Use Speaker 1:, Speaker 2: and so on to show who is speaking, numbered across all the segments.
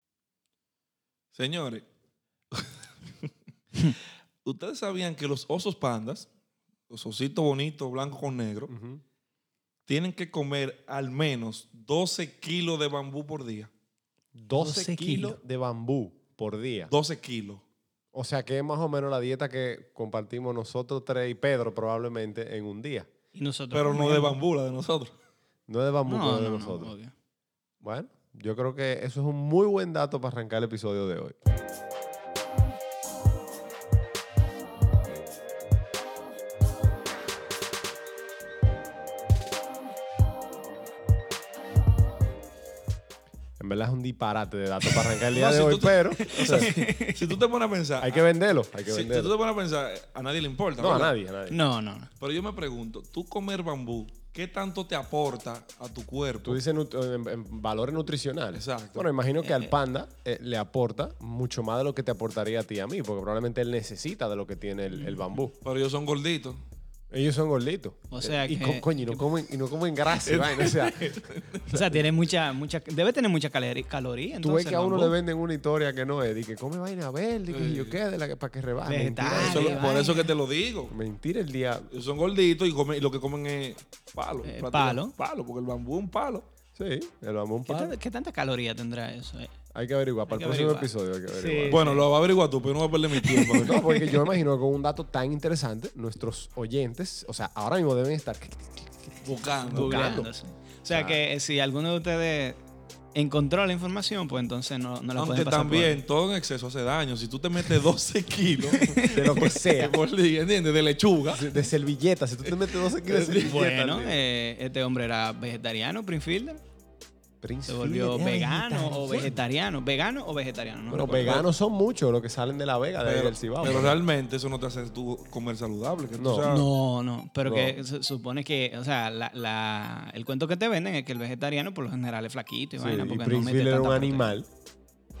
Speaker 1: Señores, ustedes sabían que los osos pandas, los ositos bonitos, blanco con negro,
Speaker 2: Ujú.
Speaker 1: tienen que comer al menos 12 kilos de bambú por día.
Speaker 2: 12,
Speaker 3: 12
Speaker 2: kilos
Speaker 3: kilos.
Speaker 2: de bambú por día.
Speaker 1: 12 kilos.
Speaker 2: O sea que es más o menos la dieta que compartimos nosotros tres y Pedro probablemente en un día.
Speaker 3: Y nosotros
Speaker 1: Pero no
Speaker 3: comemos.
Speaker 1: de bambú, la de nosotros.
Speaker 2: No es de bambú como
Speaker 3: No,
Speaker 2: de
Speaker 3: no, no,
Speaker 2: nosotros.
Speaker 3: obvio.
Speaker 2: Bueno, yo creo que eso es un muy buen dato para arrancar el episodio de hoy. En verdad es un disparate de datos para arrancar el día
Speaker 1: No,
Speaker 2: de
Speaker 1: si
Speaker 2: hoy,
Speaker 1: tú te-
Speaker 2: pero
Speaker 1: O sea, si, si tú te pones a pensar.
Speaker 2: hay que venderlo, hay que
Speaker 1: si, si tú
Speaker 2: venderlo.
Speaker 1: te pones a pensar, a nadie le importa.
Speaker 2: No, a
Speaker 1: ¿verdad?
Speaker 2: nadie, a nadie.
Speaker 3: No, no, no.
Speaker 1: Pero yo me pregunto, tú comer bambú, ¿qué tanto te aporta a tu
Speaker 2: Tú
Speaker 1: cuerpo?
Speaker 2: dices nut- en, en valores nutricionales.
Speaker 1: Exacto.
Speaker 2: Bueno, imagino que al panda eh, le aporta mucho más de lo que te aportaría a ti y a mí, porque probablemente él necesita de lo que tiene el, el bambú.
Speaker 1: Pero ellos son gorditos.
Speaker 2: Ellos son gorditos. Eh,
Speaker 3: O sea
Speaker 2: y
Speaker 3: que-
Speaker 2: co- coño, y no comen, y no comen grasa. y vaina, o sea,
Speaker 3: O sea, tiene mucha, mucha, debe tener mucha caloría. caloría
Speaker 2: tú ves
Speaker 3: entonces,
Speaker 2: que a uno
Speaker 3: bambú.
Speaker 2: le venden una historia que no es, y que come vaina verde, y que
Speaker 1: Sí.
Speaker 2: yo quede la que- para que rebaje. Mentira,
Speaker 3: Eh. Vegetales.
Speaker 2: eso
Speaker 1: Eso
Speaker 3: Ay,
Speaker 1: lo- por
Speaker 3: ay.
Speaker 1: eso que te lo digo.
Speaker 2: es- mentira el día.
Speaker 1: Ellos son gorditos y, comen- y lo que comen es palo.
Speaker 3: Eh,
Speaker 1: platillo-
Speaker 3: palo.
Speaker 1: Palo, porque el bambú es un palo.
Speaker 2: Sí, el bambú un
Speaker 3: ¿Qué,
Speaker 2: palo.
Speaker 3: tan- qué tanta caloría tendrá eso? eh?
Speaker 2: Hay que averiguar. Para
Speaker 3: Hay
Speaker 2: el
Speaker 3: que
Speaker 2: próximo
Speaker 3: averiguar.
Speaker 2: episodio hay que
Speaker 3: Sí.
Speaker 2: averiguar.
Speaker 1: Bueno, lo va a averiguar tú, pero no va a perder mi tiempo.
Speaker 2: No, porque yo imagino que con un dato tan interesante, nuestros oyentes, o sea, ahora mismo deben estar.
Speaker 1: Buscando.
Speaker 2: Buscando.
Speaker 3: Googleándose. O sea que eh, si alguno de ustedes encontró la información, pues entonces no, no la
Speaker 1: Aunque
Speaker 3: pueden pasar por
Speaker 1: también todo en exceso hace daño. Si tú te metes 12 kilos
Speaker 2: De lo que sea.
Speaker 1: por día, ¿entiendes? De lechuga.
Speaker 2: De servilletas. Si tú te metes 12 kilos de servilletas.
Speaker 3: Bueno,
Speaker 2: tío.
Speaker 3: eh, este hombre era vegetariano, Prinfielder.
Speaker 2: Prince
Speaker 3: Se volvió
Speaker 2: Philip era
Speaker 3: vegano
Speaker 2: vegetariano.
Speaker 3: o vegetariano. ¿Vegano o vegetariano? No
Speaker 2: Bueno,
Speaker 3: recuerdo.
Speaker 2: veganos son muchos los que salen de la Vega, de ahí
Speaker 1: Pero,
Speaker 2: del Cibao.
Speaker 1: pero realmente eso no te hace tú comer saludable. Que tú
Speaker 2: No.
Speaker 1: seas-
Speaker 3: No, no, pero
Speaker 2: No.
Speaker 3: que se supone que, o sea, la, la- el cuento que te venden es que el vegetariano por lo general es flaquito y
Speaker 2: Sí,
Speaker 3: vaina,
Speaker 2: y
Speaker 3: porque no
Speaker 2: Prince
Speaker 3: mete
Speaker 2: Philip era
Speaker 3: tanta
Speaker 2: un
Speaker 3: proteína.
Speaker 2: animal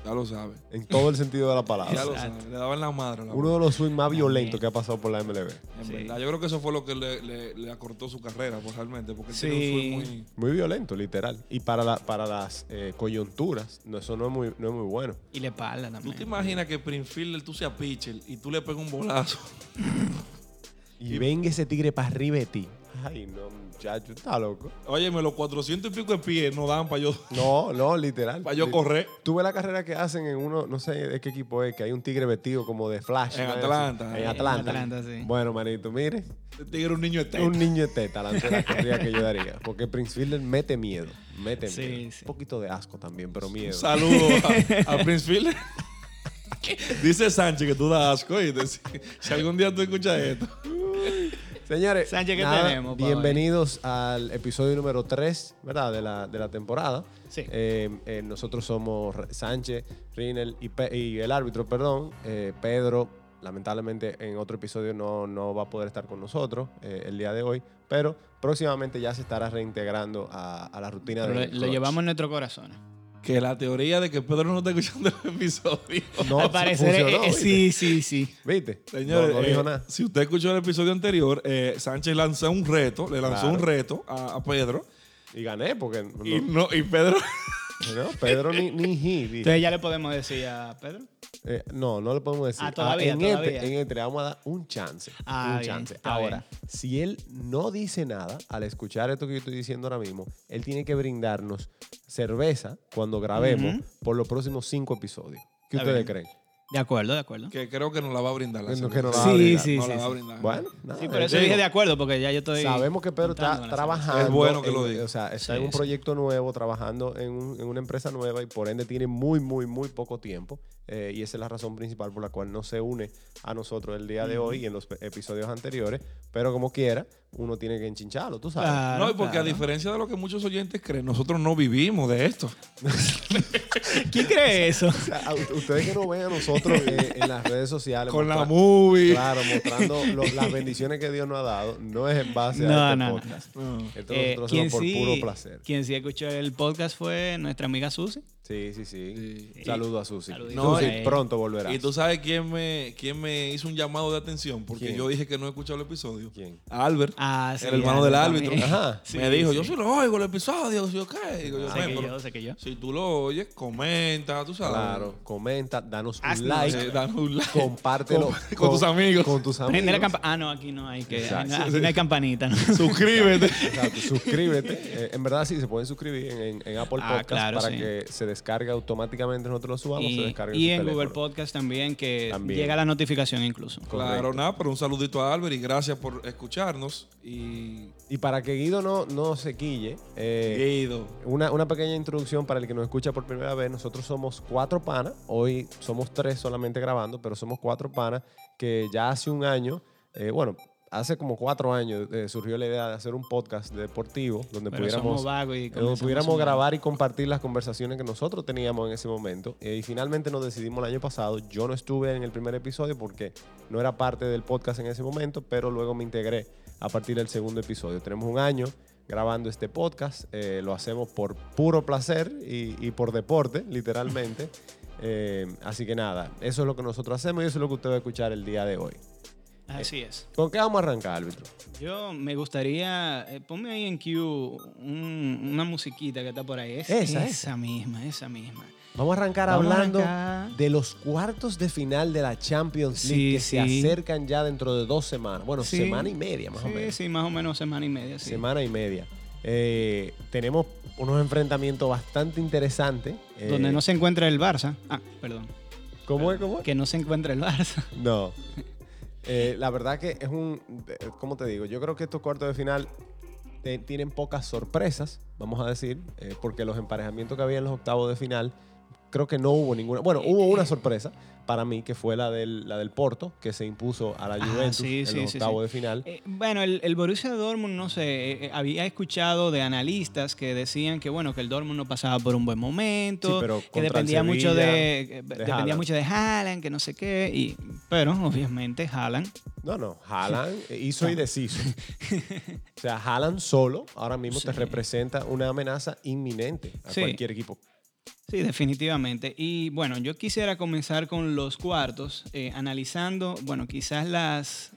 Speaker 1: Ya lo sabes.
Speaker 2: en todo el sentido de la
Speaker 1: Ya
Speaker 2: palabra.
Speaker 1: lo sabes. Le daban la madre. a la
Speaker 2: Uno de los swings más
Speaker 3: También.
Speaker 2: violentos que ha pasado por la MLB.
Speaker 1: En
Speaker 3: Sí.
Speaker 1: verdad, yo creo que eso fue lo que le, le- le acortó su carrera, pues realmente, porque él
Speaker 3: Sí.
Speaker 1: tenía un swing muy...
Speaker 2: Muy violento, literal. Y para, la- para las eh, coyunturas, no, eso no es muy, no es muy bueno.
Speaker 3: Y la espalda
Speaker 1: ¿Tú te
Speaker 3: también.
Speaker 1: imaginas que Prinfielder tú seas pitcher y tú le pegas un bolazo?
Speaker 2: Y, venga ese tigre para arriba de ti. Ay, no, muchacho, está loco.
Speaker 1: Óyeme, los 400 y pico de pies no dan para yo,
Speaker 2: No, no, literal.
Speaker 1: pa' yo
Speaker 2: Li-
Speaker 1: correr
Speaker 2: Tú ves la carrera que hacen en uno, no sé de qué equipo es, que hay un tigre vestido como de Flash.
Speaker 1: En
Speaker 2: ¿no?
Speaker 1: Atlanta. eh,
Speaker 2: En
Speaker 1: En
Speaker 2: Atlanta.
Speaker 3: Atlanta, sí.
Speaker 2: Bueno, manito, mire.
Speaker 1: Este tigre era un niño eterno.
Speaker 2: Un niño de teta, la la corrida que yo daría. Porque Prince Fielder mete miedo. Mete
Speaker 3: Sí,
Speaker 2: miedo.
Speaker 3: sí.
Speaker 2: Un poquito de asco también, pero miedo.
Speaker 1: Saludo a, a Prince Fielder. Dice Sánchez que tú das asco, ¿oíste? Si, si algún día tú escuchas esto.
Speaker 2: Señores,
Speaker 3: Sánchez, ¿qué tenemos pa' hoy?
Speaker 2: bienvenidos al episodio número 3, ¿verdad? De la, de la temporada.
Speaker 3: Sí.
Speaker 2: Eh, eh, nosotros somos R- Sánchez, Rinel y, Pe- y el árbitro, perdón. Eh, Pedro, lamentablemente en otro episodio no, no va a poder estar con nosotros eh, el día de hoy, pero próximamente ya se estará reintegrando a, a la rutina
Speaker 3: Pero
Speaker 2: de
Speaker 3: lo, lo llevamos en nuestro corazón.
Speaker 1: Que la teoría de que Pedro no está escuchando el episodio.
Speaker 2: No,
Speaker 3: Al parecer, eh,
Speaker 2: funcionó,
Speaker 3: eh,
Speaker 2: ¿viste?
Speaker 3: sí, sí, sí.
Speaker 2: ¿Viste?
Speaker 1: Señores,
Speaker 2: no, no dijo
Speaker 1: eh,
Speaker 2: nada.
Speaker 1: si usted escuchó el episodio anterior, eh, Sánchez lanzó un reto, le lanzó
Speaker 2: Claro.
Speaker 1: un reto a, a Pedro.
Speaker 2: Y gané porque no,
Speaker 1: Y, no, y Pedro,
Speaker 2: no, Pedro ni, ni he, dijo.
Speaker 3: Entonces ya le podemos decir a Pedro.
Speaker 2: Eh, no, no le podemos decir.
Speaker 3: Ah, todavía,
Speaker 2: en,
Speaker 3: todavía.
Speaker 2: Este, en este le vamos a dar un chance.
Speaker 3: Ah,
Speaker 2: un
Speaker 3: bien,
Speaker 2: chance.
Speaker 3: está
Speaker 2: Ahora, si él no dice nada al escuchar esto que yo estoy diciendo ahora mismo, él tiene que brindarnos cerveza cuando grabemos
Speaker 3: Ujú.
Speaker 2: por los próximos cinco episodios. ¿Qué
Speaker 3: Está
Speaker 2: ustedes
Speaker 3: bien.
Speaker 2: creen?
Speaker 3: De acuerdo, de acuerdo.
Speaker 1: que creo que nos la va a brindar. La
Speaker 2: Que no-
Speaker 1: semana.
Speaker 2: que nos la va a
Speaker 3: Sí,
Speaker 2: brindar.
Speaker 3: sí,
Speaker 1: no
Speaker 3: sí,
Speaker 1: la va a
Speaker 3: sí.
Speaker 1: brindar.
Speaker 2: Bueno, nada,
Speaker 3: Ah. Sí, por eso
Speaker 1: digo,
Speaker 3: dije de acuerdo, porque ya yo estoy.
Speaker 2: Sabemos que Pedro está
Speaker 3: juntando con la
Speaker 2: trabajando.
Speaker 1: Es bueno que lo
Speaker 2: en-
Speaker 1: diga.
Speaker 2: O sea, está en
Speaker 3: Sí,
Speaker 2: un
Speaker 3: sí.
Speaker 2: proyecto nuevo, trabajando en, un- en una empresa nueva y por ende tiene muy, muy, muy poco tiempo. Eh, y esa es la razón principal por la cual no se une a nosotros el día de hoy y en los pe- episodios anteriores. Pero como quiera, uno tiene que enchincharlo, tú sabes.
Speaker 3: Claro,
Speaker 1: no, y porque
Speaker 3: claro.
Speaker 1: a diferencia de lo que muchos oyentes creen, nosotros no vivimos de esto.
Speaker 3: ¿Quién cree eso?
Speaker 2: O sea, a- ustedes que nos ven a nosotros eh, en las redes sociales.
Speaker 1: Con la
Speaker 2: mostra-
Speaker 1: movie.
Speaker 2: Claro, mostrando lo- las bendiciones que Dios nos ha dado. No es en base
Speaker 3: No,
Speaker 2: a este
Speaker 3: no, no.
Speaker 2: podcast. Esto
Speaker 3: Eh,
Speaker 2: nosotros
Speaker 3: quien
Speaker 2: hacemos por
Speaker 3: sí-
Speaker 2: puro placer.
Speaker 3: Quien sí escuchó el podcast fue nuestra amiga Susi.
Speaker 2: Sí, sí, sí.
Speaker 1: Sí.
Speaker 3: Sí.
Speaker 2: Saludo a Susi.
Speaker 3: Saludito. eh,
Speaker 1: No,
Speaker 2: Susi,
Speaker 3: y-
Speaker 2: pronto volverás.
Speaker 1: Y tú sabes quién me, quién me hizo un llamado de atención porque
Speaker 2: ¿Quién?
Speaker 1: yo dije que no he escuchado el episodio.
Speaker 2: ¿Quién?
Speaker 1: A Albert,
Speaker 3: Ah, sí,
Speaker 1: el hermano del
Speaker 3: Albert
Speaker 1: árbitro.
Speaker 3: también.
Speaker 2: Ajá.
Speaker 3: Sí,
Speaker 1: me dijo,
Speaker 3: sí.
Speaker 1: yo sí lo oigo el episodio, ¿sí o qué? Digo yo,
Speaker 3: Sé
Speaker 1: "Ven,
Speaker 3: que
Speaker 1: pero
Speaker 3: yo, sé que yo.
Speaker 1: si tú lo oyes, comenta, tú sabes.
Speaker 2: Claro. Comenta, danos un
Speaker 3: Haznos-
Speaker 1: Like,
Speaker 2: like.
Speaker 1: dame un like.
Speaker 2: Compártelo
Speaker 1: Con- con tus amigos.
Speaker 2: Con tus amigos.
Speaker 3: Prende la campa- Ah, no, aquí no hay que.
Speaker 2: Exacto.
Speaker 3: aquí no hay campanita. ¿no?
Speaker 1: Suscríbete.
Speaker 2: Exacto, suscríbete. Eh, en verdad, sí, se pueden suscribir en, en- en Apple
Speaker 3: Ah,
Speaker 2: Podcast
Speaker 3: claro,
Speaker 2: para
Speaker 3: sí.
Speaker 2: que se descargue automáticamente. Nosotros lo subamos, se
Speaker 3: y
Speaker 2: descargue
Speaker 3: y
Speaker 2: su
Speaker 3: en Google
Speaker 2: teléfono.
Speaker 3: Podcast también, que
Speaker 2: También.
Speaker 3: llega la notificación incluso.
Speaker 1: Claro,
Speaker 2: Correcto.
Speaker 1: nada, pero un saludito a Albert y gracias por escucharnos. Y
Speaker 2: Y para que Guido no, no se quille, eh,
Speaker 1: Guido.
Speaker 2: una, una pequeña introducción para el que nos escucha por primera vez. Nosotros somos cuatro panas. Hoy somos tres solamente grabando, pero somos cuatro panas que ya hace un año, eh, bueno, hace como cuatro años eh, surgió la idea de hacer un podcast deportivo donde
Speaker 3: Pero
Speaker 2: pudiéramos
Speaker 3: somos vagos y
Speaker 2: donde
Speaker 3: comenzamos
Speaker 2: pudiéramos
Speaker 3: una-
Speaker 2: grabar y compartir las conversaciones que nosotros teníamos en ese momento. Eh, y finalmente nos decidimos el año pasado. Yo no estuve en el primer episodio porque no era parte del podcast en ese momento, pero luego me integré a partir del segundo episodio. Tenemos un año grabando este podcast. eh, lo hacemos por puro placer y, y por deporte, literalmente. Eh, así que nada, eso es lo que nosotros hacemos y eso es lo que usted va a escuchar el día de hoy.
Speaker 3: Así es.
Speaker 2: ¿Con qué vamos a arrancar, árbitro?
Speaker 3: Yo me gustaría, eh, ponme ahí en cue un- una musiquita que está por ahí. Es-
Speaker 2: Esa, esa.
Speaker 3: misma, esa misma.
Speaker 2: Vamos a arrancar
Speaker 3: Vamos a
Speaker 2: hablando
Speaker 3: arrancar.
Speaker 2: de los cuartos de final de la Champions League
Speaker 3: Sí,
Speaker 2: que se
Speaker 3: sí.
Speaker 2: acercan ya dentro de dos semanas. Bueno,
Speaker 3: Sí.
Speaker 2: semana y media más o
Speaker 3: sí,
Speaker 2: menos.
Speaker 3: sí, más o menos semana y media. sí.
Speaker 2: Semana y media. Eh, tenemos unos enfrentamientos bastante interesantes. eh,
Speaker 3: Donde no se encuentra el Barça. Ah, perdón.
Speaker 2: ¿Cómo es? ¿Cómo es?
Speaker 3: Que no se encuentra el Barça.
Speaker 2: No. Eh, la verdad que es un... eh, ¿Cómo te digo? Yo creo que estos cuartos de final te- tienen pocas sorpresas, vamos a decir, eh, porque los emparejamientos que había en los octavos de final, creo que no hubo ninguna... Bueno, hubo una sorpresa para mí, que fue la del, la del Porto, que se impuso a la
Speaker 3: Ah,
Speaker 2: Juventus
Speaker 3: sí,
Speaker 2: en
Speaker 3: sí,
Speaker 2: los
Speaker 3: sí,
Speaker 2: octavos
Speaker 3: sí.
Speaker 2: de final.
Speaker 3: Eh, bueno, el, el Borussia Dortmund, no sé, eh, eh, había escuchado de analistas que decían que, bueno, que el Dortmund no pasaba por un buen
Speaker 2: Sí,
Speaker 3: momento,
Speaker 2: pero
Speaker 3: que
Speaker 2: contra el
Speaker 3: dependía mucho
Speaker 2: Sevilla,
Speaker 3: de, eh, dependía
Speaker 2: Haaland.
Speaker 3: mucho de Haaland, que no sé qué, y, pero obviamente Haaland
Speaker 2: No, no, Haaland hizo y deshizo. O sea, Haaland solo ahora mismo te
Speaker 3: Sí.
Speaker 2: representa una amenaza inminente a
Speaker 3: Sí.
Speaker 2: cualquier equipo.
Speaker 3: Sí, definitivamente. Y bueno, yo quisiera comenzar con los cuartos, eh, analizando, bueno, quizás las,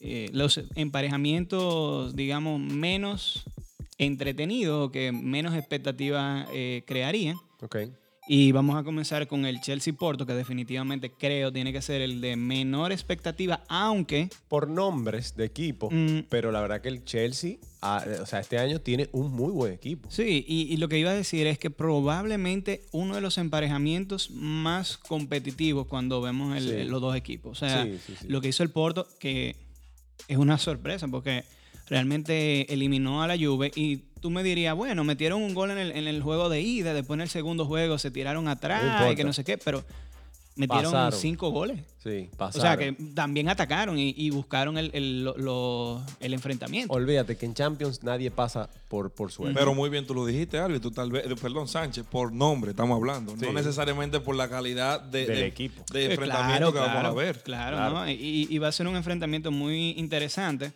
Speaker 3: eh, los emparejamientos, digamos, menos entretenidos o que menos expectativas eh, crearían.
Speaker 2: Ok.
Speaker 3: Y vamos a comenzar con el Chelsea Porto, que definitivamente creo tiene que ser el de menor expectativa, aunque
Speaker 2: por nombres de equipo,
Speaker 3: Mm.
Speaker 2: pero la verdad que el Chelsea, ah, eh, o sea, este año tiene un muy buen equipo.
Speaker 3: Sí, y, y lo que iba a decir es que probablemente uno de los emparejamientos más competitivos cuando vemos
Speaker 2: Sí.
Speaker 3: el- los dos equipos. O sea,
Speaker 2: Sí, sí, sí.
Speaker 3: lo que hizo el Porto, que es una sorpresa, porque realmente eliminó a la Juve y tú me dirías, bueno, metieron un gol en el, en el juego de ida, después en el segundo juego se tiraron atrás y
Speaker 2: importa.
Speaker 3: que no sé qué, pero metieron
Speaker 2: Pasaron.
Speaker 3: cinco goles.
Speaker 2: Sí,
Speaker 3: O
Speaker 2: pasaron.
Speaker 3: sea, que también atacaron y, y buscaron el, el- lo- lo- el enfrentamiento.
Speaker 2: Olvídate que en Champions nadie pasa por, por suerte.
Speaker 1: Pero muy bien tú lo dijiste, Albert, tú tal vez, eh, perdón, Sánchez, por nombre estamos hablando,
Speaker 2: Sí.
Speaker 1: no necesariamente por la calidad de-
Speaker 2: Del
Speaker 1: de-
Speaker 2: equipo.
Speaker 1: de
Speaker 3: Eh,
Speaker 1: enfrentamiento que vamos a
Speaker 3: claro,
Speaker 1: ver.
Speaker 3: Claro,
Speaker 2: Claro.
Speaker 3: ¿no? Y, y va a ser un enfrentamiento muy interesante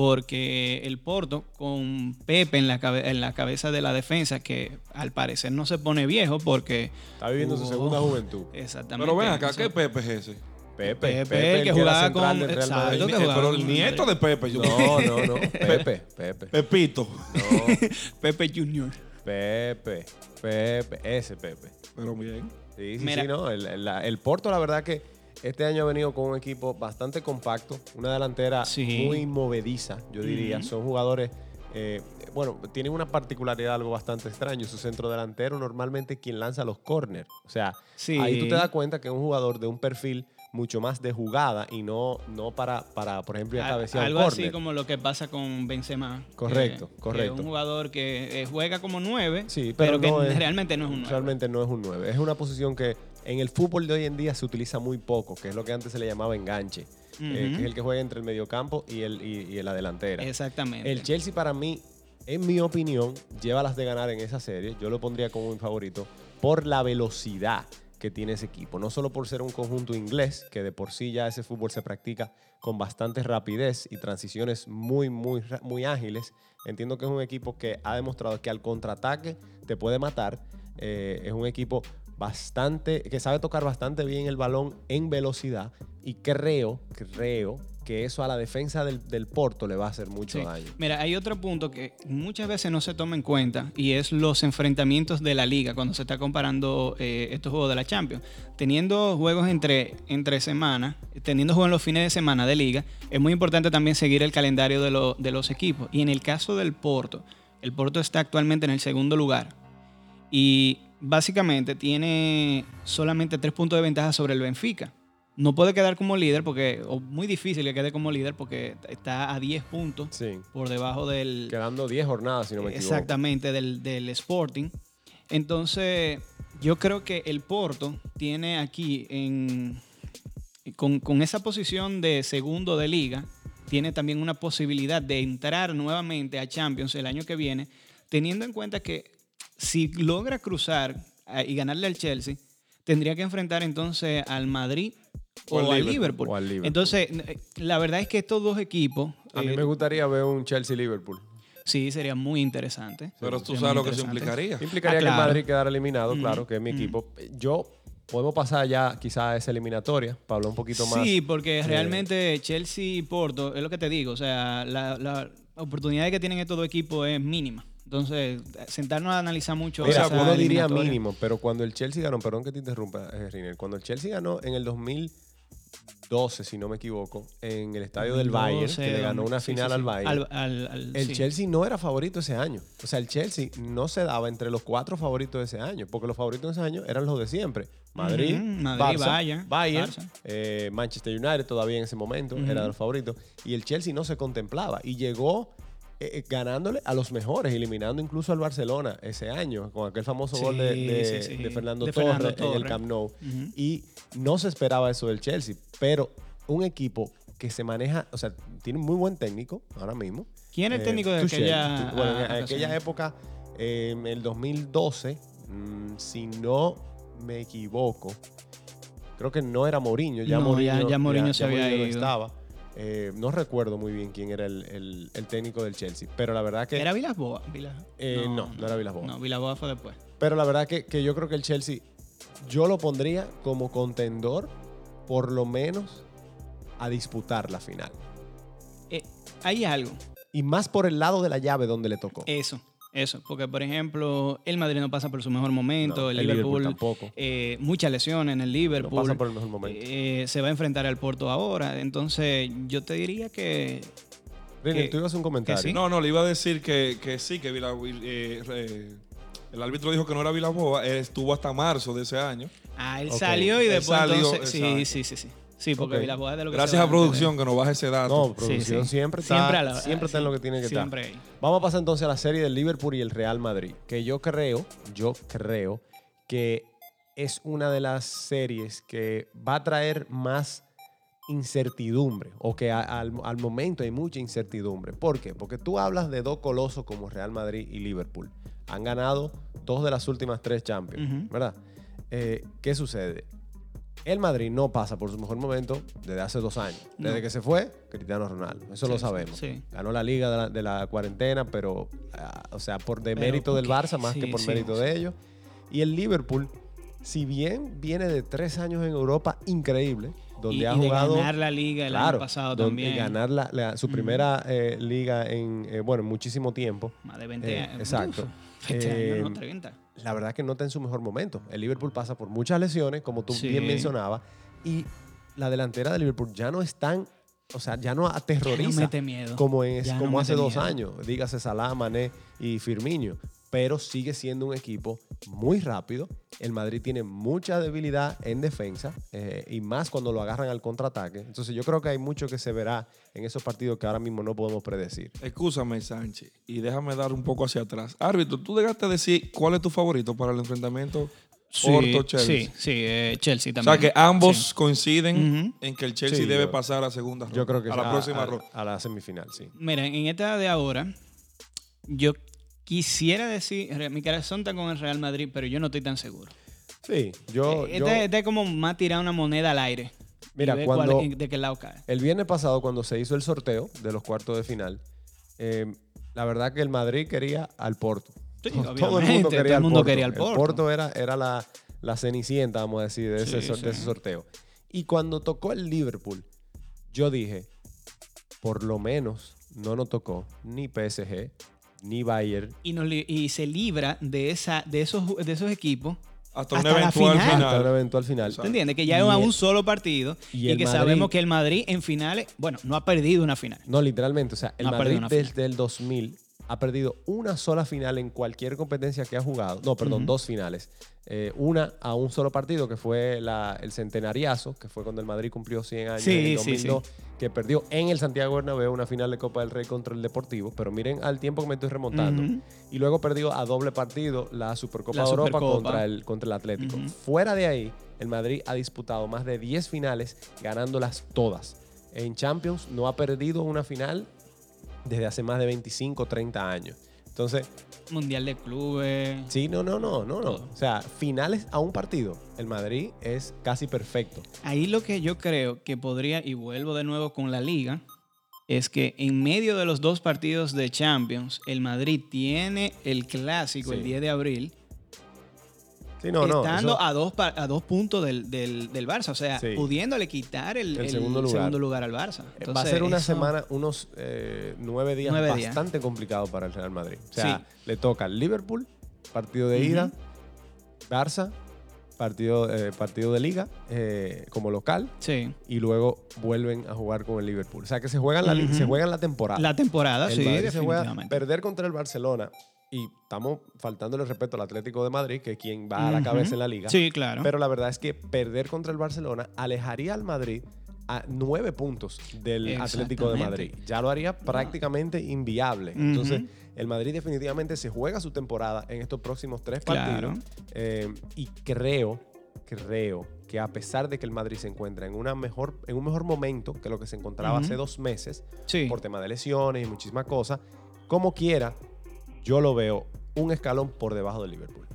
Speaker 3: porque el Porto con Pepe en la, cabe- en la cabeza de la defensa, que al parecer no se pone viejo porque...
Speaker 2: Está viviendo su
Speaker 3: Oh.
Speaker 2: segunda juventud.
Speaker 3: Exactamente.
Speaker 1: Pero ven acá,
Speaker 3: eso-
Speaker 1: ¿qué Pepe es ese?
Speaker 2: Pepe,
Speaker 3: Pepe,
Speaker 2: Pepe,
Speaker 3: el que
Speaker 2: era
Speaker 3: jugaba
Speaker 2: central
Speaker 3: con-
Speaker 2: del Real
Speaker 3: exacto,
Speaker 2: Madrid.
Speaker 1: El
Speaker 3: que
Speaker 1: nie-
Speaker 3: jugaba
Speaker 1: pero
Speaker 3: con
Speaker 1: el
Speaker 3: Madrid.
Speaker 1: nieto de Pepe, yo-
Speaker 2: No, no, no. Pepe, Pepe.
Speaker 1: Pepito.
Speaker 2: No,
Speaker 3: Pepe Junior.
Speaker 2: Pepe, Pepe, ese Pepe.
Speaker 1: Pero bien.
Speaker 2: Sí, sí,
Speaker 3: Mira.
Speaker 2: sí, no. El, el- la- el Porto, la verdad que este año ha venido con un equipo bastante compacto, una delantera
Speaker 3: Sí.
Speaker 2: muy movediza, yo diría.
Speaker 3: Ujú.
Speaker 2: Son jugadores, eh, bueno, tienen una particularidad, algo bastante extraño. Su centro delantero normalmente es quien lanza los corners. O sea,
Speaker 3: Sí.
Speaker 2: ahí tú te das cuenta que es un jugador de un perfil mucho más de jugada y no, no para, para, por ejemplo, ir a
Speaker 3: Al-
Speaker 2: cabecear un
Speaker 3: Algo así
Speaker 2: córner.
Speaker 3: como lo que pasa con Benzema. que-
Speaker 2: Correcto,
Speaker 3: que
Speaker 2: correcto.
Speaker 3: es un jugador que eh, juega como nueve,
Speaker 2: Sí,
Speaker 3: pero,
Speaker 2: pero no
Speaker 3: que
Speaker 2: es-
Speaker 3: realmente no es un nueve.
Speaker 2: Realmente no es un 9. Es una posición que en el fútbol de hoy en día se utiliza muy poco, que es lo que antes se le llamaba enganche, eh, que
Speaker 3: Ujú.
Speaker 2: es el que juega entre el mediocampo y, el, y, y la delantera.
Speaker 3: Exactamente.
Speaker 2: El Chelsea para mí, en mi opinión, lleva las de ganar en esa serie. Yo lo pondría como mi favorito por la velocidad que tiene ese equipo. No solo por ser un conjunto inglés, que de por sí ya ese fútbol se practica con bastante rapidez y transiciones muy, muy, ra- muy ágiles. Entiendo que es un equipo que ha demostrado que al contraataque te puede matar. Eh, es un equipo bastante, que sabe tocar bastante bien el balón en velocidad y creo, creo que eso a la defensa del, del Porto le va a hacer mucho
Speaker 3: Sí.
Speaker 2: daño.
Speaker 3: Mira, hay otro punto que muchas veces no se toma en cuenta y es los enfrentamientos de la liga cuando se está comparando eh, estos juegos de la Champions. Teniendo juegos entre, entre semana, teniendo juegos en los fines de semana de liga, es muy importante también seguir el calendario de, lo- de los equipos. Y en el caso del Porto, el Porto está actualmente en el segundo lugar y básicamente tiene solamente tres puntos de ventaja sobre el Benfica. No puede quedar como líder porque, o muy difícil que quede como líder porque está a 10 puntos
Speaker 2: Sí.
Speaker 3: por debajo del
Speaker 2: Quedando 10 jornadas, si no me equivoco.
Speaker 3: exactamente del, del Sporting. Entonces, yo creo que el Porto tiene aquí en con, con esa posición de segundo de liga, tiene también una posibilidad de entrar nuevamente a Champions el año que viene, teniendo en cuenta que si logra cruzar eh, y ganarle al Chelsea, tendría que enfrentar entonces al Madrid
Speaker 1: O
Speaker 3: o,
Speaker 1: al
Speaker 3: al Liverpool.
Speaker 2: Liverpool. O al Liverpool.
Speaker 3: Entonces, eh, la verdad es que estos dos equipos
Speaker 2: A mí
Speaker 3: eh,
Speaker 2: me gustaría ver un Chelsea-Liverpool.
Speaker 3: sí sería muy interesante.
Speaker 1: Pero tú
Speaker 3: Sería
Speaker 1: sabes
Speaker 3: muy
Speaker 1: lo que eso
Speaker 3: interesante.
Speaker 1: implicaría.
Speaker 2: Implicaría
Speaker 3: Ah, claro.
Speaker 2: que el Madrid quedara eliminado,
Speaker 3: Mm,
Speaker 2: claro, que es mi
Speaker 3: mm.
Speaker 2: equipo. Yo, podemos pasar ya quizás a esa eliminatoria para hablar un poquito más.
Speaker 3: Sí, porque realmente Chelsea y Porto, es lo que te digo, o sea, la, la oportunidad que tienen estos dos equipos es mínima. Entonces, sentarnos a analizar mucho.
Speaker 2: Mira,
Speaker 3: esa
Speaker 2: uno diría
Speaker 3: eliminatoria.
Speaker 2: mínimo, pero cuando el Chelsea ganó, perdón que te interrumpa, eh, Riner, cuando el Chelsea ganó en el 2012, si no me equivoco, en el estadio del Bayern,
Speaker 3: No sé,
Speaker 2: que le ganó una
Speaker 3: sí, sí,
Speaker 2: final
Speaker 3: sí.
Speaker 2: al Bayern.
Speaker 3: al- al-
Speaker 2: el
Speaker 3: sí.
Speaker 2: Chelsea no era favorito ese año. O sea, el Chelsea no se daba entre los cuatro favoritos de ese año, porque los favoritos de ese año eran los de siempre. Madrid,
Speaker 3: Ujú, Madrid,
Speaker 2: Barça,
Speaker 3: Bayern,
Speaker 2: Bayern,
Speaker 3: Barça.
Speaker 2: eh, Manchester United todavía en ese momento era de los favoritos. Y el Chelsea no se contemplaba y llegó eh, eh, ganándole a los mejores, eliminando incluso al Barcelona ese año, con aquel famoso
Speaker 3: Sí,
Speaker 2: gol de, de-
Speaker 3: sí, sí.
Speaker 2: de Fernando,
Speaker 3: De Fernando
Speaker 2: Torres, en el
Speaker 3: Torres.
Speaker 2: Camp Nou.
Speaker 3: Ujú.
Speaker 2: Y no se esperaba eso del Chelsea, pero un equipo que se maneja, o sea, tiene muy buen técnico ahora mismo.
Speaker 3: ¿Quién era el
Speaker 2: Eh,
Speaker 3: técnico de
Speaker 2: Tuchel.
Speaker 3: aquella,
Speaker 2: Tu- Bueno, en
Speaker 3: ocasión?
Speaker 2: aquella época, eh, en el 2012, mm, si no me equivoco, creo que no era Mourinho. Ya
Speaker 3: No,
Speaker 2: Mourinho,
Speaker 3: ya- ya Mourinho se había
Speaker 2: no
Speaker 3: ido.
Speaker 2: estaba. Eh, no recuerdo muy bien quién era el, el- el técnico del Chelsea, pero la verdad que...
Speaker 3: ¿Era Vilas Boas? Vilas-
Speaker 2: Eh, no, no era Vilas Boas.
Speaker 3: No, Vilas Boas fue después.
Speaker 2: Pero la verdad que, que yo creo que el Chelsea, yo lo pondría como contendor, por lo menos, a disputar la final.
Speaker 3: Eh, hay algo.
Speaker 2: Y más por el lado de la llave donde le tocó.
Speaker 3: Eso, eso. Porque, por ejemplo, el Madrid no pasa por su mejor momento,
Speaker 2: No,
Speaker 3: el, Liverpool,
Speaker 2: tampoco.
Speaker 3: eh, muchas lesiones en el
Speaker 2: No
Speaker 3: Liverpool.
Speaker 2: pasa por el mejor momento.
Speaker 3: Eh, se va a enfrentar al Porto ahora. Entonces, yo te diría que.
Speaker 2: René,
Speaker 3: que-
Speaker 2: tú ibas a un comentario.
Speaker 3: que sí.
Speaker 1: No, no, le iba a decir que, que sí, que Vila- eh, eh, el árbitro dijo que no era Vilaboa, él estuvo hasta marzo de ese año.
Speaker 3: Ah, él
Speaker 2: Ok,
Speaker 3: salió y
Speaker 1: él
Speaker 3: después
Speaker 1: salió,
Speaker 3: entonces. Sí,
Speaker 1: exacto.
Speaker 3: sí, sí, sí. Sí, porque
Speaker 2: Ok.
Speaker 3: Vilas Boas es de lo que se
Speaker 1: Gracias
Speaker 3: va
Speaker 1: a producción
Speaker 3: enterar.
Speaker 1: que nos baja ese dato.
Speaker 2: No, producción
Speaker 3: Sí, sí.
Speaker 2: siempre está,
Speaker 3: Siempre
Speaker 2: siempre
Speaker 3: a la-
Speaker 2: está en lo que tiene que
Speaker 3: Siempre
Speaker 2: estar.
Speaker 3: ahí.
Speaker 2: Vamos a pasar entonces a la serie del Liverpool y el Real Madrid, que yo creo, yo creo que es una de las series que va a traer más incertidumbre o que a- al, al momento hay mucha incertidumbre. ¿Por qué? Porque tú hablas de dos colosos como Real Madrid y Liverpool. Han ganado dos de las últimas tres Champions,
Speaker 3: Ujú.
Speaker 2: ¿verdad? Eh, ¿Qué sucede? El Madrid no pasa por su mejor momento desde hace dos años. Desde
Speaker 3: No.
Speaker 2: que se fue, Cristiano Ronaldo. Eso
Speaker 3: Sí,
Speaker 2: lo
Speaker 3: sí,
Speaker 2: sabemos.
Speaker 3: sí.
Speaker 2: Ganó la liga de la, de la cuarentena, pero, ah, o sea, por de
Speaker 3: Pero
Speaker 2: mérito del
Speaker 3: porque-
Speaker 2: Barça más
Speaker 3: sí,
Speaker 2: que por
Speaker 3: sí,
Speaker 2: mérito
Speaker 3: sí.
Speaker 2: de ellos. Y el Liverpool, si bien viene de tres años en Europa increíble, donde
Speaker 3: Y-
Speaker 2: ha
Speaker 3: y de
Speaker 2: jugado.
Speaker 3: ganar la liga el año
Speaker 2: claro,
Speaker 3: pasado
Speaker 2: donde-
Speaker 3: también.
Speaker 2: Y ganar la- la- su primera eh, liga en, eh, bueno, en muchísimo tiempo.
Speaker 3: Más de 20
Speaker 2: Eh,
Speaker 3: años.
Speaker 2: exacto.
Speaker 3: Uf, 20 años,
Speaker 2: Eh,
Speaker 3: no 30.
Speaker 2: la verdad que no está en su mejor momento. El Liverpool pasa por muchas lesiones, como tú
Speaker 3: Sí.
Speaker 2: bien mencionabas, y la delantera de Liverpool ya no es tan, o sea, ya no aterroriza
Speaker 3: Ya no mete miedo.
Speaker 2: como, es,
Speaker 3: Ya no
Speaker 2: como hace
Speaker 3: mete
Speaker 2: dos
Speaker 3: miedo.
Speaker 2: años, dígase Salah, Mané y Firmino, pero sigue siendo un equipo muy rápido. El Madrid tiene mucha debilidad en defensa eh, y más cuando lo agarran al contraataque. Entonces yo creo que hay mucho que se verá en esos partidos que ahora mismo no podemos predecir.
Speaker 1: Excúsame, Sánchez, y déjame dar un poco hacia atrás. Árbitro, tú dejaste de decir cuál es tu favorito para el enfrentamiento Porto-Chelsea.
Speaker 3: Sí, sí, eh, Chelsea
Speaker 1: O sea
Speaker 3: también.
Speaker 1: que ambos
Speaker 3: Sí.
Speaker 1: coinciden
Speaker 3: Ujú.
Speaker 1: en que el Chelsea
Speaker 2: Sí,
Speaker 1: debe
Speaker 2: yo-
Speaker 1: pasar a segunda ronda.
Speaker 2: Yo creo que
Speaker 1: a
Speaker 2: sí, Ah,
Speaker 1: la próxima ronda.
Speaker 2: a la semifinal, sí.
Speaker 3: Mira, en esta de ahora, yo quisiera decir. Mi corazón está con el Real Madrid, pero yo no estoy tan seguro.
Speaker 2: Sí, yo...
Speaker 3: Eh,
Speaker 2: yo-
Speaker 3: este, este es como más tirar una moneda al aire. y
Speaker 2: Mira,
Speaker 3: ver cuál-
Speaker 2: cuando-
Speaker 3: de qué lado cae.
Speaker 2: El viernes pasado, cuando se hizo el sorteo de los cuartos de final, eh, la verdad que el Madrid quería al Porto. To-
Speaker 3: Sí, obviamente,
Speaker 2: todo el mundo quería, al Porto.
Speaker 3: quería al Porto.
Speaker 2: era, era la, la cenicienta, vamos a decir, de ese,
Speaker 3: Sí,
Speaker 2: sor-
Speaker 3: sí.
Speaker 2: de ese sorteo. Y cuando tocó el Liverpool, yo dije, por lo menos no nos tocó ni PSG, ni Bayern.
Speaker 3: Y, nos li- y se libra de, esa, de, esos, ju- de esos equipos.
Speaker 1: Hasta,
Speaker 3: Hasta
Speaker 1: un
Speaker 3: la
Speaker 1: eventual
Speaker 3: final.
Speaker 1: final.
Speaker 2: Hasta el eventual final.
Speaker 3: ¿Tú entiendes? Que ya es
Speaker 2: Y
Speaker 3: a
Speaker 2: el-
Speaker 3: un solo partido
Speaker 2: y
Speaker 3: y,
Speaker 2: el
Speaker 3: que
Speaker 2: Madrid-
Speaker 3: sabemos que el Madrid en finales, bueno, no ha perdido una final.
Speaker 2: No, literalmente. O sea, el
Speaker 3: No ha perdido
Speaker 2: Madrid
Speaker 3: una final.
Speaker 2: desde el 2000 ha perdido una sola final en cualquier competencia que ha jugado. No, perdón,
Speaker 3: Ujú.
Speaker 2: dos finales. Eh, una a un solo partido, que fue la- el centenariazo, que fue cuando el Madrid cumplió 100 años
Speaker 3: Sí,
Speaker 2: en el
Speaker 3: sí, sí.
Speaker 2: 2002, que perdió en el Santiago Bernabéu una final de Copa del Rey contra el Deportivo. Pero miren al tiempo que me estoy remontando.
Speaker 3: Ujú.
Speaker 2: Y luego perdió a doble partido la Supercopa
Speaker 3: La
Speaker 2: de Europa
Speaker 3: Supercopa.
Speaker 2: contra el, contra el Atlético.
Speaker 3: Ujú.
Speaker 2: Fuera de ahí, el Madrid ha disputado más de 10 finales, ganándolas todas. En Champions no ha perdido una final desde hace más de 25, 30 años. Entonces,
Speaker 3: Mundial de clubes.
Speaker 2: sí, no, no, no, no, no.
Speaker 3: Todo.
Speaker 2: O sea, finales a un partido. El Madrid es casi perfecto.
Speaker 3: Ahí lo que yo creo que podría, y vuelvo de nuevo con la liga, es que en medio de los dos partidos de Champions, el Madrid tiene el clásico el
Speaker 2: Sí.
Speaker 3: 10 de abril,
Speaker 2: Sí, no, no.
Speaker 3: estando
Speaker 2: eso-
Speaker 3: a, dos, pa- a dos puntos del, del- del Barça, o sea,
Speaker 2: Sí.
Speaker 3: pudiéndole quitar el,
Speaker 2: El
Speaker 3: el
Speaker 2: segundo lugar.
Speaker 3: al Barça.
Speaker 2: Va a
Speaker 3: Entonces,
Speaker 2: ser una
Speaker 3: eso-
Speaker 2: semana, unos eh, nueve días
Speaker 3: Nueve días.
Speaker 2: bastante complicado para el Real Madrid. O sea,
Speaker 3: Sí.
Speaker 2: le toca Liverpool, partido de
Speaker 3: Ujú.
Speaker 2: ida, Barça, partido, eh, partido de liga eh, como local,
Speaker 3: Sí,
Speaker 2: y luego vuelven a jugar con el Liverpool. O sea, que se juegan la, li-
Speaker 3: Ujú.
Speaker 2: se juegan la temporada.
Speaker 3: la temporada,
Speaker 2: El
Speaker 3: sí,
Speaker 2: Madrid se juega
Speaker 3: definitivamente.
Speaker 2: perder contra el Barcelona, y estamos faltándole el respeto al Atlético de Madrid, que es quien va a la cabeza
Speaker 3: Ujú.
Speaker 2: en la liga.
Speaker 3: Sí, claro.
Speaker 2: Pero la verdad es que perder contra el Barcelona alejaría al Madrid a nueve puntos del Atlético de Madrid.
Speaker 3: Exactamente.
Speaker 2: Ya lo haría prácticamente inviable. Entonces,
Speaker 3: Ujú.
Speaker 2: el Madrid definitivamente se juega su temporada en estos próximos tres
Speaker 3: Claro.
Speaker 2: partidos. Eh, y creo, creo que a pesar de que el Madrid se encuentra en, una mejor, en un mejor momento que lo que se encontraba
Speaker 3: Ujú.
Speaker 2: hace dos meses,
Speaker 3: sí.
Speaker 2: por tema de lesiones y muchísimas cosas, como quiera, yo lo veo un escalón por debajo del Liverpool.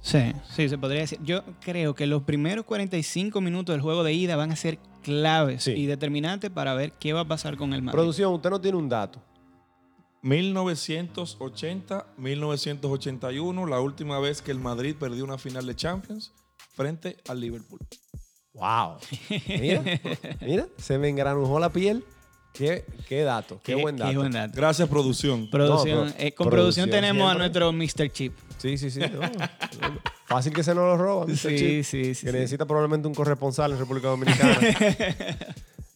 Speaker 3: Sí, sí, se podría decir. Yo creo que los primeros 45 minutos del juego de ida van a ser claves
Speaker 2: Sí.
Speaker 3: y determinantes para ver qué va a pasar con el Madrid.
Speaker 2: Producción, usted no tiene un dato.
Speaker 1: 1980, 1981, la última vez que el Madrid perdió una final de Champions frente al Liverpool.
Speaker 2: ¡Wow! Mira, mira, se me engranujó la piel. Qué, qué dato, qué, buen dato.
Speaker 1: Gracias, producción.
Speaker 3: Producción,
Speaker 2: No, pero-
Speaker 3: eh, con producción
Speaker 2: producción
Speaker 3: tenemos
Speaker 2: siempre.
Speaker 3: a nuestro Mr. Chip.
Speaker 2: Sí, sí, sí. no. Fácil que se nos lo roban. Mr.
Speaker 3: Sí,
Speaker 2: Chip,
Speaker 3: sí, sí,
Speaker 2: Que
Speaker 3: sí.
Speaker 2: necesita probablemente un corresponsal en República Dominicana.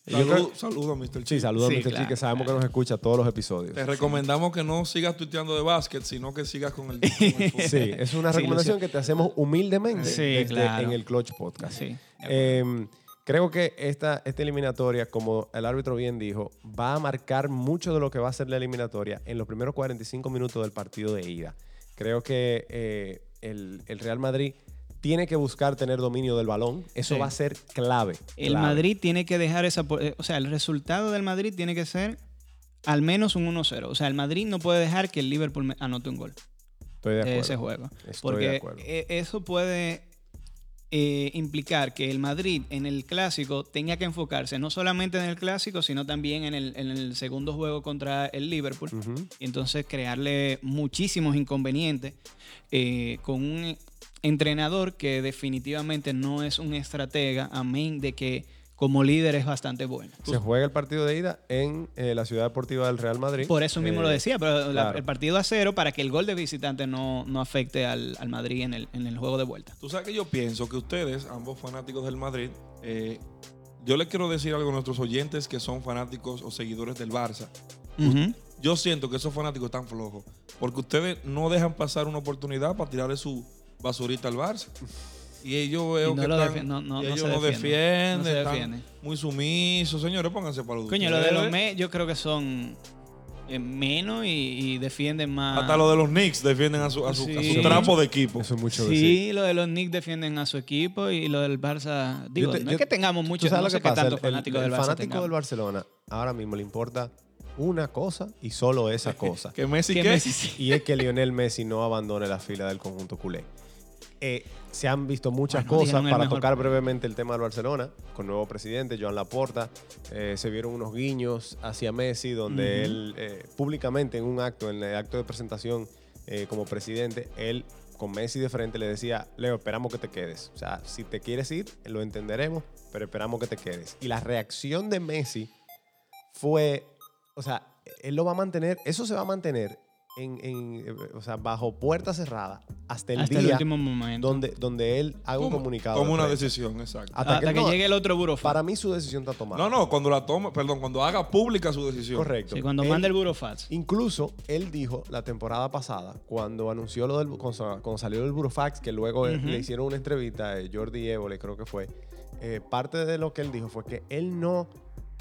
Speaker 2: Yo
Speaker 1: Saludo,
Speaker 2: creo-
Speaker 1: saludo, Mr.
Speaker 2: sí,
Speaker 1: Chief.
Speaker 2: saludos
Speaker 3: Sí,
Speaker 2: a Mr. Chip,
Speaker 3: claro,
Speaker 2: que sabemos que nos escucha todos los episodios.
Speaker 1: Te recomendamos que no sigas tuiteando de básquet, sino que sigas con el. con el fútbol.
Speaker 2: Sí, es una
Speaker 3: Sí,
Speaker 2: recomendación
Speaker 3: Lucio.
Speaker 2: que te hacemos humildemente
Speaker 3: Sí,
Speaker 2: desde-
Speaker 3: claro.
Speaker 2: en el Clutch Podcast.
Speaker 3: Sí, de acuerdo.
Speaker 2: Eh, creo que esta, esta eliminatoria, como el árbitro bien dijo, va a marcar mucho de lo que va a ser la eliminatoria en los primeros 45 minutos del partido de ida. Creo que eh, el, el Real Madrid tiene que buscar tener dominio del balón. Eso
Speaker 3: Sí.
Speaker 2: va a ser clave.
Speaker 3: El
Speaker 2: clave.
Speaker 3: Madrid tiene que dejar esa. po- eh, O sea, el resultado del Madrid tiene que ser al menos un 1-0. O sea, el Madrid no puede dejar que el Liverpool me- anote un gol
Speaker 2: Estoy de
Speaker 3: de,
Speaker 2: acuerdo.
Speaker 3: ese juego.
Speaker 2: Estoy
Speaker 3: porque
Speaker 2: de acuerdo.
Speaker 3: eh, eso puede eh, implicar que el Madrid en el clásico tenga que enfocarse no solamente en el clásico, sino también en el, en el segundo juego contra el Liverpool.
Speaker 2: Ujú.
Speaker 3: Y entonces crearle muchísimos inconvenientes eh, con un entrenador que definitivamente no es un estratega, amén de que como líder es bastante bueno.
Speaker 2: Se juega el partido de ida en eh, la ciudad deportiva del Real Madrid.
Speaker 3: Por eso mismo lo
Speaker 2: Eh,
Speaker 3: decía, pero la-
Speaker 2: claro.
Speaker 3: el partido a cero para que el gol de visitante no, no afecte al, al Madrid en el, en el juego de vuelta.
Speaker 1: Tú sabes que yo pienso que ustedes, ambos fanáticos del Madrid, eh, yo les quiero decir algo a nuestros oyentes que son fanáticos o seguidores del Barça.
Speaker 3: Ujú.
Speaker 1: Yo siento que esos fanáticos están flojos. Porque ustedes no dejan pasar una oportunidad para tirarle su basurita al Barça. Y ellos veo
Speaker 3: Y no
Speaker 1: que
Speaker 3: lo
Speaker 1: están-
Speaker 3: defi- no- no-
Speaker 1: y
Speaker 3: no
Speaker 1: ellos
Speaker 3: se
Speaker 1: no
Speaker 3: defienden.
Speaker 1: defienden,
Speaker 3: No se
Speaker 1: están
Speaker 3: defienden.
Speaker 1: muy sumisos. Señores, pónganse para los
Speaker 3: Coño, lo de los Mets yo creo que son eh, menos y, y defienden más.
Speaker 1: Hasta lo de los Knicks defienden a su, a su, a su
Speaker 3: ah. Sí.
Speaker 1: trapo de equipo.
Speaker 2: Eso es mucho decir.
Speaker 3: Sí, lo de los Knicks defienden a su equipo y lo del Barça. Digo,
Speaker 2: te-
Speaker 3: no
Speaker 2: yo-
Speaker 3: es que tengamos muchos
Speaker 2: ¿Tú sabes
Speaker 3: no
Speaker 2: lo
Speaker 3: sé
Speaker 2: que
Speaker 3: qué
Speaker 2: pasa?
Speaker 3: tanto
Speaker 2: El- el-
Speaker 3: fanáticos
Speaker 2: el
Speaker 3: del Barça.
Speaker 2: fanático
Speaker 3: tengamos.
Speaker 2: del Barcelona ahora mismo le importa una cosa y solo esa cosa.
Speaker 1: Que Messi
Speaker 3: Que
Speaker 1: qué?
Speaker 3: Messi sí.
Speaker 2: y es que Lionel Messi no abandone la fila del conjunto culé. Eh, se han visto muchas
Speaker 3: Bueno,
Speaker 2: cosas
Speaker 3: dijeron el
Speaker 2: para
Speaker 3: mejor.
Speaker 2: tocar brevemente el tema del Barcelona con nuevo presidente Joan Laporta eh, se vieron unos guiños hacia Messi donde
Speaker 3: Ujú.
Speaker 2: él eh, públicamente en un acto en el acto de presentación eh, como presidente, él con Messi de frente le decía, Leo, esperamos que te quedes. O sea, si te quieres ir, lo entenderemos, pero esperamos que te quedes. Y la reacción de Messi fue, o sea, él lo va a mantener, eso se va a mantener en, en, eh, o sea, bajo puerta cerrada hasta el
Speaker 3: Hasta el
Speaker 2: día
Speaker 3: último momento.
Speaker 2: donde, donde él haga un comunicado.
Speaker 1: Como
Speaker 2: de
Speaker 1: una
Speaker 2: prensa.
Speaker 1: decisión, exacto.
Speaker 2: Hasta que no-
Speaker 3: Ah, llegue el otro burofan.
Speaker 2: Para mí su decisión está tomada.
Speaker 1: No, no, cuando la toma, perdón, cuando haga pública su decisión.
Speaker 2: Correcto.
Speaker 3: Sí, cuando
Speaker 2: Él-
Speaker 3: manda el burofax.
Speaker 2: Incluso él dijo la temporada pasada, cuando anunció lo del, cuando sa- cuando salió el Burofax, que luego eh,
Speaker 3: Ujú.
Speaker 2: le hicieron una entrevista, eh, Jordi Évole creo que fue, eh, parte de lo que él dijo fue que él no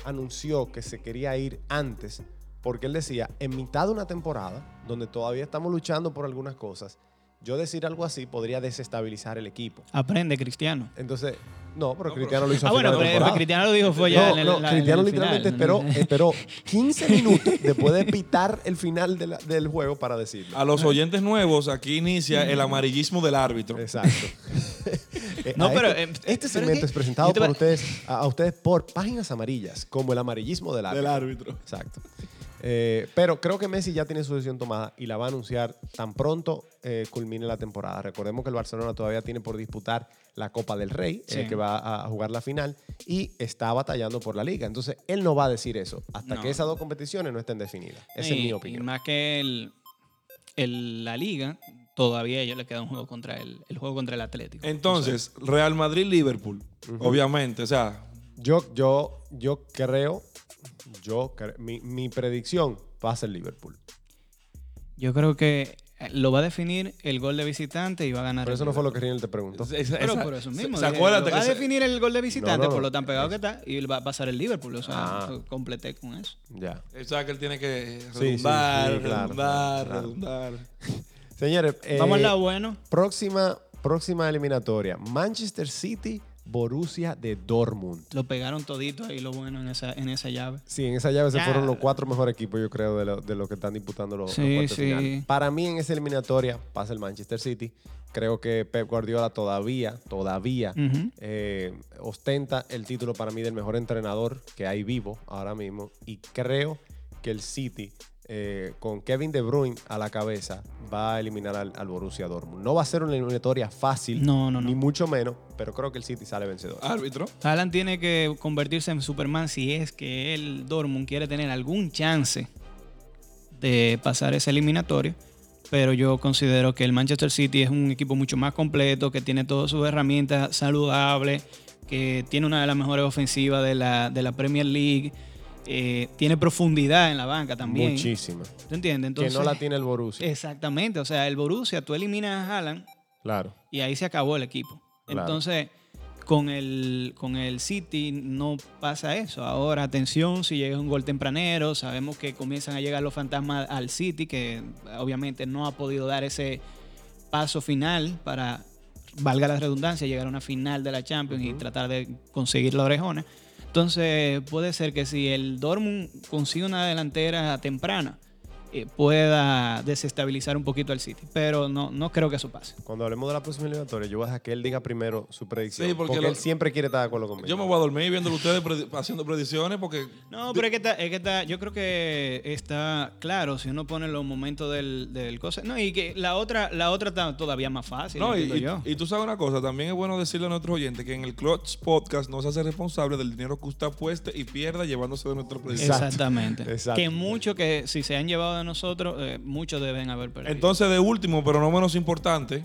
Speaker 2: anunció que se quería ir antes, porque él decía, en mitad de una temporada, donde todavía estamos luchando por algunas cosas, yo decir algo así podría desestabilizar el equipo.
Speaker 3: Aprende, Cristiano.
Speaker 2: Entonces, no, pero
Speaker 1: No, pero-
Speaker 2: Cristiano lo hizo a
Speaker 3: Ah, bueno,
Speaker 2: final de
Speaker 3: pero
Speaker 2: temporada.
Speaker 3: Cristiano lo dijo fue ya
Speaker 2: No,
Speaker 3: en el-
Speaker 2: no,
Speaker 3: la- en
Speaker 2: Cristiano
Speaker 3: el
Speaker 2: literalmente
Speaker 3: final,
Speaker 2: esperó,
Speaker 3: ¿no?
Speaker 2: esperó 15 minutos después de pitar el final de la- del juego para decirlo.
Speaker 3: Ah,
Speaker 1: A los oyentes nuevos, aquí inicia el amarillismo del árbitro.
Speaker 2: Exacto. Eh,
Speaker 3: No,
Speaker 2: a
Speaker 3: pero,
Speaker 2: este,
Speaker 3: eh,
Speaker 2: este
Speaker 3: pero es
Speaker 2: segmento es,
Speaker 3: que-
Speaker 2: presentado
Speaker 3: yo te
Speaker 2: por
Speaker 3: voy a-
Speaker 2: ustedes, a, a ustedes por páginas amarillas, como el amarillismo del árbitro.
Speaker 1: árbitro.
Speaker 2: Exacto. Eh, pero creo que Messi ya tiene su decisión tomada y la va a anunciar tan pronto eh, culmine la temporada. Recordemos que el Barcelona todavía tiene por disputar la Copa del Rey, eh,
Speaker 3: Sí.
Speaker 2: que va a jugar la final, y está batallando por la liga. Entonces, él no va a decir eso hasta
Speaker 3: No.
Speaker 2: que esas dos competiciones no estén definidas. Esa es
Speaker 3: Y-
Speaker 2: mi
Speaker 3: Y
Speaker 2: opinión.
Speaker 3: más que el, el- la liga, todavía a ellos le queda un juego contra el, el juego contra el Atlético.
Speaker 1: Entonces, Real Madrid-Liverpool, obviamente. O sea,
Speaker 2: Yo, yo, yo creo, yo cre- mi, mi predicción va a ser Liverpool.
Speaker 3: Yo creo que eh, lo va a definir el gol de visitante y va a ganar.
Speaker 2: Pero
Speaker 3: el
Speaker 2: eso no fue
Speaker 3: Liverpool.
Speaker 2: lo que Rinel te preguntó.
Speaker 1: esa-
Speaker 3: Pero
Speaker 1: esa-
Speaker 3: por eso
Speaker 1: se-
Speaker 3: mismo.
Speaker 1: se
Speaker 3: dije,
Speaker 1: acuérdate
Speaker 3: lo va
Speaker 1: que
Speaker 3: a
Speaker 1: se-
Speaker 3: definir el gol de visitante
Speaker 2: No, no,
Speaker 3: por
Speaker 2: no.
Speaker 3: lo tan pegado que está y va a pasar el Liverpool. O sea,
Speaker 2: Ah.
Speaker 3: completé con eso.
Speaker 2: Ya.
Speaker 1: O sea, que él tiene que
Speaker 2: sí,
Speaker 1: redundar,
Speaker 2: sí, claro,
Speaker 1: redundar,
Speaker 2: claro.
Speaker 1: redundar.
Speaker 2: Señores, eh,
Speaker 3: Vamos al lado bueno.
Speaker 2: próxima, próxima eliminatoria. Manchester City, Borussia de Dortmund.
Speaker 3: Lo pegaron todito ahí lo bueno en esa, en esa llave.
Speaker 2: Sí, en esa llave se
Speaker 3: Ya.
Speaker 2: fueron los cuatro mejores equipos, yo creo, de lo, de lo que están disputando los, los
Speaker 3: Sí,
Speaker 2: cuartos de
Speaker 3: sí.
Speaker 2: final. Para mí, en esa eliminatoria, pasa el Manchester City. Creo que Pep Guardiola todavía, todavía
Speaker 3: Ujú.
Speaker 2: eh, ostenta el título para mí del mejor entrenador que hay vivo ahora mismo. Y creo que el City, eh, con Kevin De Bruyne a la cabeza, va a eliminar al, al Borussia Dortmund. No va a ser una eliminatoria fácil,
Speaker 3: No, no, no.
Speaker 2: ni mucho menos, pero creo que el City sale vencedor.
Speaker 1: Árbitro.
Speaker 3: Alan tiene que convertirse en Superman si es que el Dortmund quiere tener algún chance de pasar ese eliminatorio. Pero yo considero que el Manchester City es un equipo mucho más completo, que tiene todas sus herramientas saludables, que tiene una de las mejores ofensivas de la, de la Premier League, eh, tiene profundidad en la banca también.
Speaker 2: Muchísima.
Speaker 3: ¿Te entiendes? Entonces,
Speaker 2: que no la tiene el Borussia.
Speaker 3: Exactamente. O sea, el Borussia, tú eliminas a Haaland
Speaker 2: Claro.
Speaker 3: y ahí se acabó el equipo.
Speaker 2: Claro.
Speaker 3: Entonces, con el, con el City no pasa eso. Ahora, atención, si llega un gol tempranero, sabemos que comienzan a llegar los fantasmas al City, que obviamente no ha podido dar ese paso final para, valga la redundancia, llegar a una final de la Champions y
Speaker 2: Ujú.
Speaker 3: tratar de conseguir la orejona. Entonces, puede ser que si el Dortmund consigue una delantera temprana, eh, pueda desestabilizar un poquito al City. Pero no, no creo que eso pase.
Speaker 2: Cuando hablemos de la próxima eliminatoria, yo voy a dejar que él diga primero su predicción.
Speaker 1: Sí, porque
Speaker 2: porque
Speaker 1: lo-
Speaker 2: él siempre quiere estar de acuerdo conmigo.
Speaker 1: Yo me voy a dormir viéndolo ustedes predi- haciendo predicciones porque
Speaker 3: No, pero es que está, es que está- yo creo que está claro si uno pone los momentos del, del cosa. No, y que la otra, la otra está todavía más fácil,
Speaker 1: No, y,
Speaker 3: entiendo
Speaker 1: y-
Speaker 3: yo.
Speaker 1: y tú sabes una cosa, también es bueno decirle a nuestros oyentes que en el Clutch Podcast no se hace responsable del dinero que usted apueste y pierda llevándose de nuestro predicción.
Speaker 2: Exacto.
Speaker 3: Exactamente.
Speaker 2: Exacto.
Speaker 3: Que muchos que si se han llevado de nosotros, eh, muchos deben haber perdido.
Speaker 1: Entonces, de último, pero no menos importante,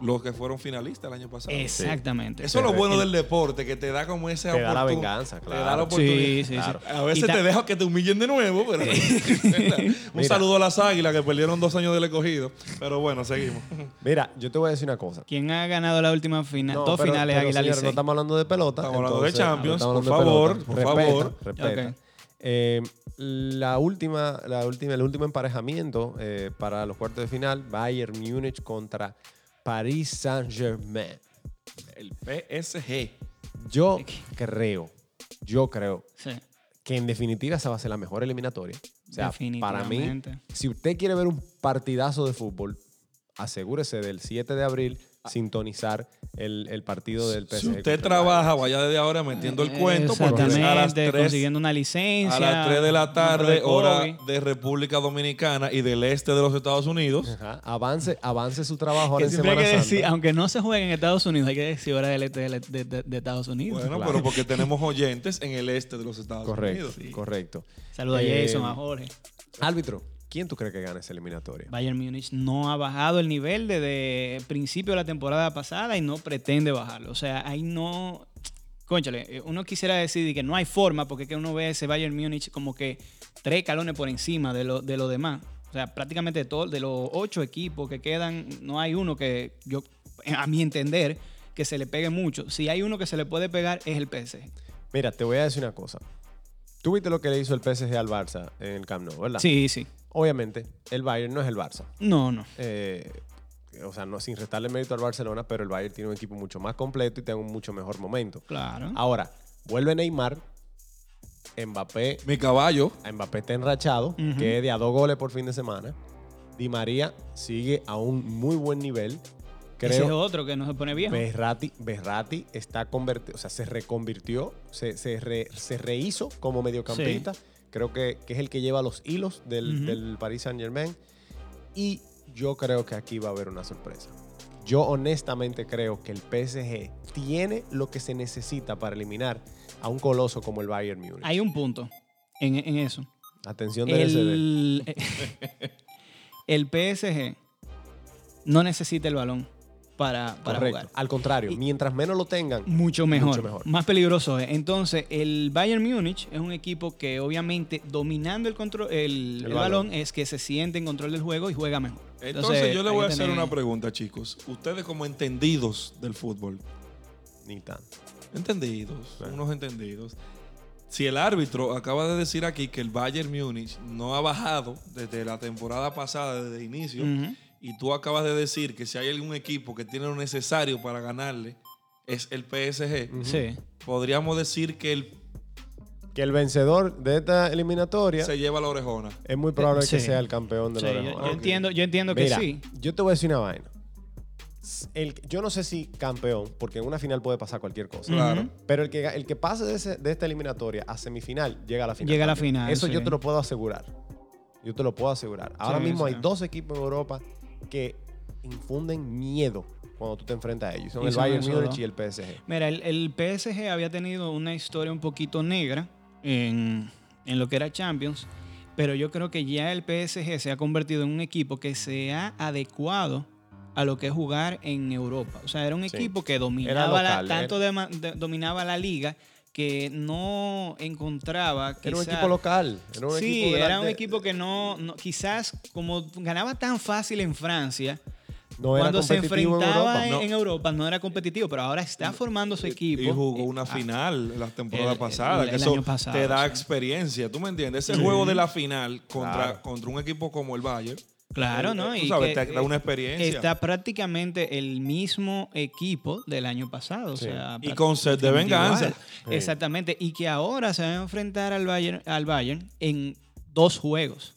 Speaker 1: los que fueron finalistas el año pasado.
Speaker 3: Exactamente.
Speaker 1: Eso es lo
Speaker 2: Pero
Speaker 1: bueno del
Speaker 2: el-
Speaker 1: deporte, que te da como ese
Speaker 2: Te da la venganza,
Speaker 1: Te da la
Speaker 2: claro.
Speaker 1: oportunidad.
Speaker 3: Sí, sí, sí.
Speaker 2: Claro.
Speaker 1: A
Speaker 3: Y
Speaker 1: veces
Speaker 3: ta-
Speaker 1: te deja que te humillen de nuevo, pero. un
Speaker 2: Mira.
Speaker 1: saludo a las águilas que perdieron dos años del escogido. Pero bueno, seguimos.
Speaker 2: Mira, yo te voy a decir una cosa.
Speaker 3: ¿Quién ha ganado la última final?
Speaker 2: No,
Speaker 3: Dos
Speaker 2: pero-
Speaker 3: finales
Speaker 2: pero,
Speaker 3: Águila
Speaker 2: señores,
Speaker 3: Licey.
Speaker 2: No estamos hablando de pelota.
Speaker 1: Estamos hablando de
Speaker 2: entonces,
Speaker 1: Champions,
Speaker 2: estamos
Speaker 1: por
Speaker 2: hablando de
Speaker 1: favor,
Speaker 2: pelota.
Speaker 1: por
Speaker 2: Respeta,
Speaker 1: favor.
Speaker 2: respeta.
Speaker 3: Ok.
Speaker 2: Eh, la última, la última, el último emparejamiento eh, para los cuartos de final, Bayern Múnich contra Paris Saint-Germain.
Speaker 1: El PSG.
Speaker 2: Yo creo, yo creo
Speaker 3: Sí,
Speaker 2: que en definitiva esa va a ser la mejor eliminatoria. O sea, para mí,
Speaker 3: definitivamente.
Speaker 2: si usted quiere ver un partidazo de fútbol, asegúrese del 7 de abril sintonizar el, el partido del PSG.
Speaker 1: Si usted
Speaker 2: contra
Speaker 1: trabaja, vaya desde ahora metiendo el cuento, porque es
Speaker 3: Exactamente,
Speaker 1: a las 3,
Speaker 3: consiguiendo una licencia.
Speaker 1: a las 3 de la tarde,
Speaker 3: un
Speaker 1: hora
Speaker 3: recovery.
Speaker 1: de República Dominicana y del este de los Estados Unidos.
Speaker 2: Ajá, Avance, avance su trabajo ahora
Speaker 3: Que
Speaker 2: en
Speaker 3: siempre hay
Speaker 2: Semana
Speaker 3: que
Speaker 2: Santa.
Speaker 3: decir, aunque no se juegue en Estados Unidos, hay que decir hora del este de, de- de- de Estados Unidos.
Speaker 1: Bueno,
Speaker 2: Claro.
Speaker 1: pero porque tenemos oyentes en el este de los
Speaker 3: "Ah,
Speaker 1: Estados
Speaker 2: Correcto,
Speaker 1: Unidos.
Speaker 2: correcto.
Speaker 3: Saluda a
Speaker 2: Eh,
Speaker 3: Jason, a Jorge.
Speaker 2: Árbitro, ¿quién tú crees que gana esa eliminatoria?
Speaker 3: Bayern Múnich no ha bajado el nivel desde el principio de la temporada pasada y no pretende bajarlo. O sea, ahí no. Cónchale, eh, uno quisiera decir de que no hay forma porque es que uno ve ese Bayern Múnich como que tres calones por encima de lo, de lo demás. O sea, prácticamente de todo, de los ocho equipos que quedan, no hay uno que yo, a mi entender, que se le pegue mucho. Si hay uno que se le puede pegar es el PSG.
Speaker 2: Mira, te voy a decir una cosa. Tú viste lo que le hizo el PSG al Barça en el Camp Nou, ¿verdad?
Speaker 3: Sí, sí.
Speaker 2: Obviamente, el Bayern no es el Barça.
Speaker 3: No, no.
Speaker 2: Eh, o sea, no, sin restarle mérito al Barcelona, pero el Bayern tiene un equipo mucho más completo y tiene un mucho mejor momento.
Speaker 3: Claro.
Speaker 2: Ahora, vuelve Neymar, Mbappé,
Speaker 1: Mi caballo,
Speaker 2: a Mbappé está enrachado, que es de a dos goles por fin de semana. Di María sigue a un muy buen nivel.
Speaker 3: Ese es
Speaker 2: Creo
Speaker 3: otro que no se pone viejo.
Speaker 2: Berrati, Berrati está convertido, o sea, se reconvirtió, se, se re- se rehizo como mediocampista. Creo que, que es el que lleva los hilos del,
Speaker 3: Ujú.
Speaker 2: del Paris Saint Germain. Y yo creo que aquí va a haber una sorpresa. Yo honestamente creo que el PSG tiene lo que se necesita para eliminar a un coloso como el Bayern Múnich.
Speaker 3: Hay un punto en, en eso.
Speaker 2: Atención del SD.
Speaker 3: El, el PSG no necesita el balón para, para
Speaker 2: Correcto.
Speaker 3: jugar.
Speaker 2: Al contrario,
Speaker 3: Y- Mm.
Speaker 2: mientras menos lo tengan,
Speaker 3: Mucho mejor,
Speaker 2: Mucho mejor.
Speaker 3: Más peligroso es. Entonces, el Bayern Múnich es un equipo que obviamente dominando el, control, el,
Speaker 2: El
Speaker 3: el
Speaker 2: balón.
Speaker 3: balón. es que se siente en control del juego y juega mejor.
Speaker 1: Entonces, yo le
Speaker 3: hay
Speaker 1: voy a
Speaker 3: que
Speaker 1: hacer
Speaker 3: tener-
Speaker 1: una pregunta, chicos. Ustedes como entendidos del fútbol,
Speaker 2: ni tanto.
Speaker 1: entendidos,
Speaker 2: Claro.
Speaker 1: unos entendidos. Si el árbitro acaba de decir aquí que el Bayern Múnich no ha bajado desde la temporada pasada, desde el inicio,
Speaker 3: Ujú.
Speaker 1: y tú acabas de decir que si hay algún equipo que tiene lo necesario para ganarle, es el PSG,
Speaker 3: Sí.
Speaker 1: podríamos decir que él
Speaker 2: Que el vencedor de esta eliminatoria
Speaker 1: se lleva la orejona.
Speaker 2: es muy probable que
Speaker 3: Sí.
Speaker 2: sea el campeón de
Speaker 3: Sí,
Speaker 2: la
Speaker 3: yo, yo
Speaker 1: Ah,
Speaker 2: orejona.
Speaker 3: entiendo, yo entiendo que
Speaker 2: Mira,
Speaker 3: sí.
Speaker 2: Yo te voy a decir una vaina. S- el- yo no sé si campeón, porque en una final puede pasar cualquier
Speaker 3: Mm.
Speaker 2: cosa.
Speaker 1: Claro.
Speaker 2: Pero el que, ga- el que pase de, ese- de esta eliminatoria a semifinal llega a la final.
Speaker 3: Llega a la
Speaker 2: también.
Speaker 3: final,
Speaker 2: Eso yo
Speaker 3: sí.
Speaker 2: te lo puedo asegurar. Yo te lo puedo asegurar. Ahora
Speaker 3: Sí,
Speaker 2: mismo
Speaker 3: sí.
Speaker 2: hay dos equipos en Europa que infunden miedo cuando tú te enfrentas a ellos. Son
Speaker 3: Y
Speaker 2: el
Speaker 3: son
Speaker 2: Bayern
Speaker 3: esos
Speaker 2: Múnich
Speaker 3: dos.
Speaker 2: y el PSG.
Speaker 3: Mira, el, el PSG había tenido una historia un poquito negra en, en lo que era Champions, pero yo creo que ya el PSG se ha convertido en un equipo que se ha adecuado a lo que es jugar en Europa. O sea, era un
Speaker 2: Sí.
Speaker 3: equipo que dominaba,
Speaker 2: local,
Speaker 3: la, tanto de ma- de- dominaba la liga que no encontraba...
Speaker 2: Era un
Speaker 3: quizá-
Speaker 2: equipo local. Era un
Speaker 3: sí,
Speaker 2: equipo de la-
Speaker 3: era un
Speaker 2: de-
Speaker 3: equipo que no, no- quizás como ganaba tan fácil en Francia,
Speaker 2: no era
Speaker 3: cuando se
Speaker 2: competitivo en
Speaker 3: enfrentaba
Speaker 2: Europa.
Speaker 3: en
Speaker 1: No.
Speaker 3: Europa. no. era competitivo, pero ahora está formando su equipo.
Speaker 1: Y jugó
Speaker 3: Eh,
Speaker 1: una
Speaker 3: ah,
Speaker 1: final la temporada
Speaker 3: el-
Speaker 1: pasada,
Speaker 3: el-
Speaker 1: que
Speaker 3: el
Speaker 1: eso
Speaker 3: año pasado,
Speaker 1: te da
Speaker 3: sí.
Speaker 1: experiencia. ¿Tú me entiendes? Ese juego de la final contra,
Speaker 2: Claro.
Speaker 1: contra un equipo como el Bayern,
Speaker 3: Claro,
Speaker 1: eh,
Speaker 3: ¿no?
Speaker 1: tú
Speaker 3: Y
Speaker 1: sabes,
Speaker 3: que,
Speaker 1: te da una experiencia.
Speaker 3: Está prácticamente el mismo equipo del año pasado. o
Speaker 2: Sí.
Speaker 3: sea,
Speaker 1: Y con sed de
Speaker 3: prácticamente
Speaker 1: venganza.
Speaker 3: igual.
Speaker 2: Sí.
Speaker 3: Exactamente. Y que ahora se va a enfrentar al Bayern, al Bayern en dos juegos.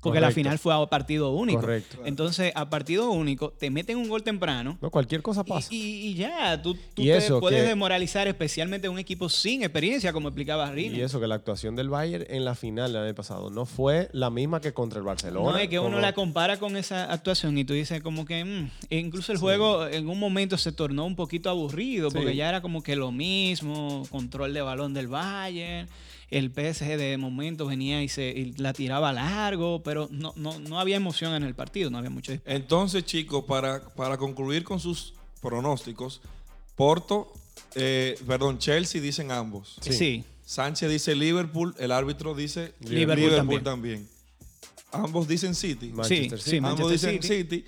Speaker 3: Porque la
Speaker 2: Correcto.
Speaker 3: final fue a partido único.
Speaker 2: Correcto.
Speaker 3: Entonces, a partido único, te meten un gol temprano.
Speaker 2: No, cualquier cosa
Speaker 3: Y,
Speaker 2: pasa.
Speaker 3: y- y ya, tú, tú
Speaker 2: Y
Speaker 3: te
Speaker 2: eso
Speaker 3: puedes
Speaker 2: que-
Speaker 3: demoralizar especialmente un equipo sin experiencia, como explicaba Rina.
Speaker 2: Y eso, que la actuación del Bayern en la final del año pasado no fue la misma que contra el Barcelona.
Speaker 3: No, es que uno
Speaker 2: Como-
Speaker 3: la compara con esa actuación y tú dices como que mm, e incluso el juego en un momento se tornó un poquito aburrido porque
Speaker 2: Sí.
Speaker 3: ya era como que lo mismo, control de balón del Bayern, el PSG de momento venía y se y la tiraba largo, pero no, no, no había emoción en el partido, no había mucho disparo.
Speaker 1: Entonces, chicos, para, para concluir con sus pronósticos, Porto, eh, perdón, Chelsea dicen ambos.
Speaker 2: Sí.
Speaker 3: Sí.
Speaker 1: Sánchez dice Liverpool, el árbitro dice
Speaker 3: Liverpool
Speaker 1: también. Ambos dicen City.
Speaker 2: Ma-
Speaker 3: Sí,
Speaker 2: Manchester
Speaker 3: sí,
Speaker 2: City.
Speaker 1: ambos
Speaker 3: Manchester
Speaker 1: dicen
Speaker 3: City.
Speaker 1: City.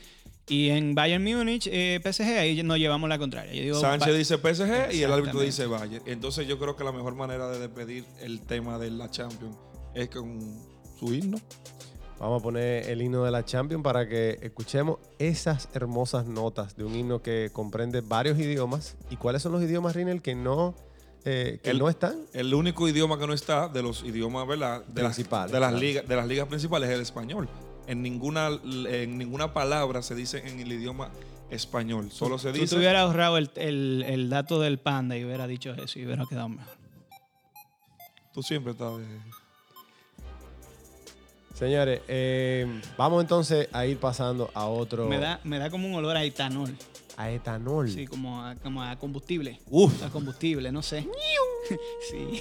Speaker 3: Y en Bayern Múnich, eh, PSG, ahí nos llevamos la contraria. Yo digo,
Speaker 1: Sánchez
Speaker 3: Ba-
Speaker 1: dice PSG y el árbitro
Speaker 3: Exactamente.
Speaker 1: dice Bayern. Entonces yo creo que la mejor manera de despedir el tema de la Champions es con su himno.
Speaker 2: Vamos a poner el himno de la Champions para que escuchemos esas hermosas notas de un himno que comprende varios idiomas. ¿Y cuáles son los idiomas, Rinel, que no, eh, que
Speaker 1: El-
Speaker 2: no están?
Speaker 1: El único idioma que no está de los idiomas, ¿verdad? De las, de las
Speaker 2: Principales, claro.
Speaker 1: ligas, de las ligas principales es el español. En ninguna, en ninguna palabra se dice en el idioma español. Solo se
Speaker 3: Tú te
Speaker 1: dice.
Speaker 3: hubieras ahorrado el, el- el dato del panda y hubiera dicho eso y hubiera quedado mejor.
Speaker 1: Tú siempre estás. de-
Speaker 2: Señores, eh, vamos entonces a ir pasando a otro.
Speaker 3: Me da, me da como un olor a etanol,
Speaker 2: A etanol.
Speaker 3: sí, como a, como a combustible.
Speaker 2: Uf.
Speaker 3: A combustible, no sé. sí.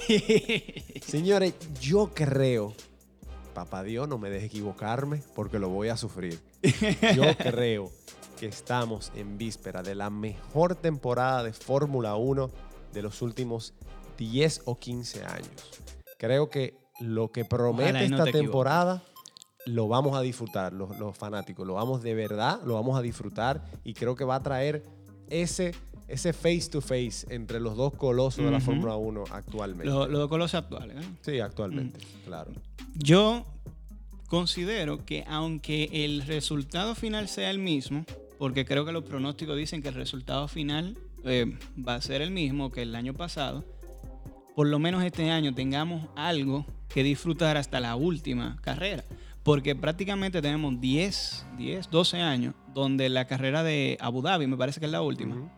Speaker 2: Señores, yo creo, papá Dios no me deje equivocarme porque lo voy a sufrir. Yo creo que estamos en víspera de la mejor temporada de Fórmula 1 de los últimos 10 o 15 años. Creo que lo que
Speaker 3: Ojalá
Speaker 2: promete
Speaker 3: y no
Speaker 2: esta
Speaker 3: te
Speaker 2: temporada lo vamos a disfrutar, los, los fanáticos. Lo vamos de verdad, lo vamos a disfrutar y creo que va a traer ese, ese face to face entre los dos colosos de la
Speaker 3: Ujú.
Speaker 2: Fórmula 1 actualmente.
Speaker 3: Lo, lo de Colosio actual, ¿eh?
Speaker 2: Sí, actualmente,
Speaker 3: Mm.
Speaker 2: claro.
Speaker 3: Yo considero que aunque el resultado final sea el mismo, porque creo que los pronósticos dicen que el resultado final eh, va a ser el mismo que el año pasado, por lo menos este año tengamos algo que disfrutar hasta la última carrera. Porque prácticamente tenemos 10, 10, 12 años donde la carrera de Abu Dhabi, me parece que es la última,
Speaker 2: Ujú.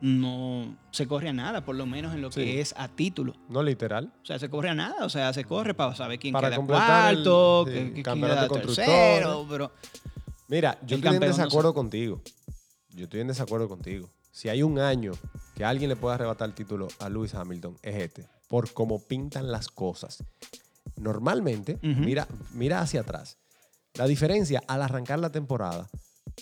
Speaker 3: no se corre a nada, por lo menos en lo
Speaker 2: Sí.
Speaker 3: que es a título.
Speaker 2: No literal.
Speaker 3: O sea, se corre a nada, o sea, se corre para saber quién
Speaker 2: Para
Speaker 3: queda
Speaker 2: completar el-
Speaker 3: cuarto,
Speaker 2: sí,
Speaker 3: que- que- quién
Speaker 2: campeonato
Speaker 3: queda
Speaker 2: de constructores.
Speaker 3: tercero, pero
Speaker 2: Mira, yo
Speaker 3: El
Speaker 2: estoy en
Speaker 3: campeón no se-
Speaker 2: desacuerdo contigo. Yo estoy en desacuerdo contigo. Si hay un año que alguien le pueda arrebatar el título a Lewis Hamilton, es este. Por cómo pintan las cosas. Normalmente,
Speaker 3: Ujú.
Speaker 2: mira, mira hacia atrás. La diferencia al arrancar la temporada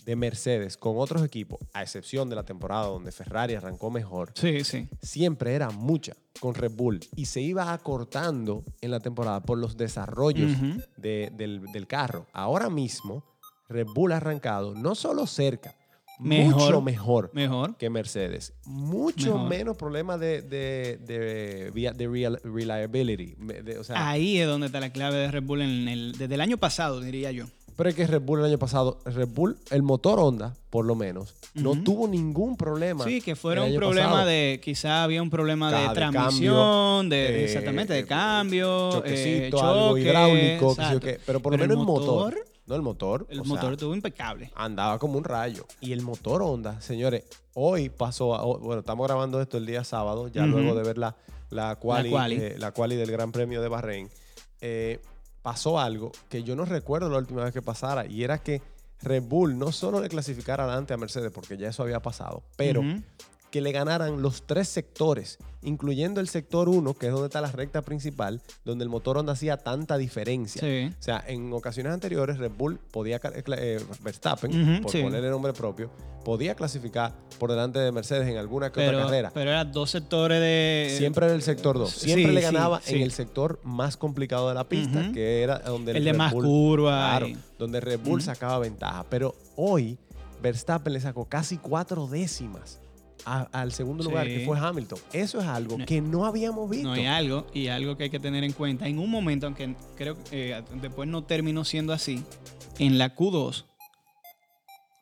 Speaker 2: de Mercedes con otros equipos, a excepción de la temporada donde Ferrari arrancó mejor,
Speaker 3: sí, sí.
Speaker 2: siempre era mucha con Red Bull y se iba acortando en la temporada por los desarrollos
Speaker 3: Ujú.
Speaker 2: de- del, del carro. Ahora mismo, Red Bull ha arrancado no solo cerca,
Speaker 3: Mejor.
Speaker 2: mucho mejor
Speaker 3: Mejor.
Speaker 2: que Mercedes. Mucho
Speaker 3: Mejor.
Speaker 2: menos problema de, de, de, via- de real- reliability. Me- de- o sea,
Speaker 3: Ahí es donde está la clave de Red Bull en el- desde el año pasado, diría yo.
Speaker 2: Pero es que Red Bull el año pasado, Red Bull, el motor Honda, por lo menos, no
Speaker 3: Ujú.
Speaker 2: tuvo ningún problema.
Speaker 3: Sí, que fuera
Speaker 2: el
Speaker 3: un
Speaker 2: año
Speaker 3: problema
Speaker 2: pasado.
Speaker 3: de, quizá había un problema
Speaker 2: Ca-
Speaker 3: de,
Speaker 2: de
Speaker 3: transmisión,
Speaker 2: cambio,
Speaker 3: de,
Speaker 2: eh,
Speaker 3: exactamente,
Speaker 2: eh,
Speaker 3: de cambio,
Speaker 2: choquecito,
Speaker 3: eh,
Speaker 2: algo
Speaker 3: choque,
Speaker 2: hidráulico, qué sé yo
Speaker 3: exacto.
Speaker 2: qué. Pero por lo
Speaker 3: Pero
Speaker 2: menos el motor,
Speaker 3: motor,
Speaker 2: No el motor.
Speaker 3: El
Speaker 2: o sea,
Speaker 3: motor estuvo impecable.
Speaker 2: andaba como un rayo. Y el motor Honda, señores, hoy pasó, a- o- bueno, estamos grabando esto el día sábado, ya
Speaker 3: Ujú.
Speaker 2: luego de ver la, la, quali,
Speaker 3: quali.
Speaker 2: eh, la quali del Gran Premio de Bahrein, eh, pasó algo que yo no recuerdo la última vez que pasara, y era que Red Bull no solo le clasificara adelante a Mercedes, porque ya eso había pasado, pero
Speaker 3: Ujú.
Speaker 2: que le ganaran los tres sectores, incluyendo el sector 1, que es donde está la recta principal, donde el motor Honda hacía tanta diferencia.
Speaker 3: Sí.
Speaker 2: O sea, en ocasiones anteriores Red Bull podía, ca- eh, cla- eh, Verstappen,
Speaker 3: Ujú,
Speaker 2: por
Speaker 3: sí.
Speaker 2: ponerle nombre propio, podía clasificar por delante de Mercedes en alguna que otra
Speaker 3: Pero,
Speaker 2: carrera.
Speaker 3: pero eran dos sectores de...
Speaker 2: Siempre era el sector 2.
Speaker 3: sí,
Speaker 2: Siempre le
Speaker 3: sí,
Speaker 2: ganaba
Speaker 3: sí.
Speaker 2: en el sector más complicado de la pista,
Speaker 3: Ujú.
Speaker 2: que era donde
Speaker 3: El de más
Speaker 2: Bull-
Speaker 3: curva
Speaker 2: Claro,
Speaker 3: y-
Speaker 2: donde Red Bull
Speaker 3: Ujú.
Speaker 2: sacaba ventaja. Pero hoy Verstappen le sacó casi cuatro décimas a- al segundo lugar,
Speaker 3: Sí.
Speaker 2: que fue Hamilton. Eso es algo
Speaker 3: No.
Speaker 2: que no habíamos visto.
Speaker 3: No, y algo, y algo que hay que tener en cuenta. En un momento, aunque creo que eh, después no terminó siendo así, en la Q2,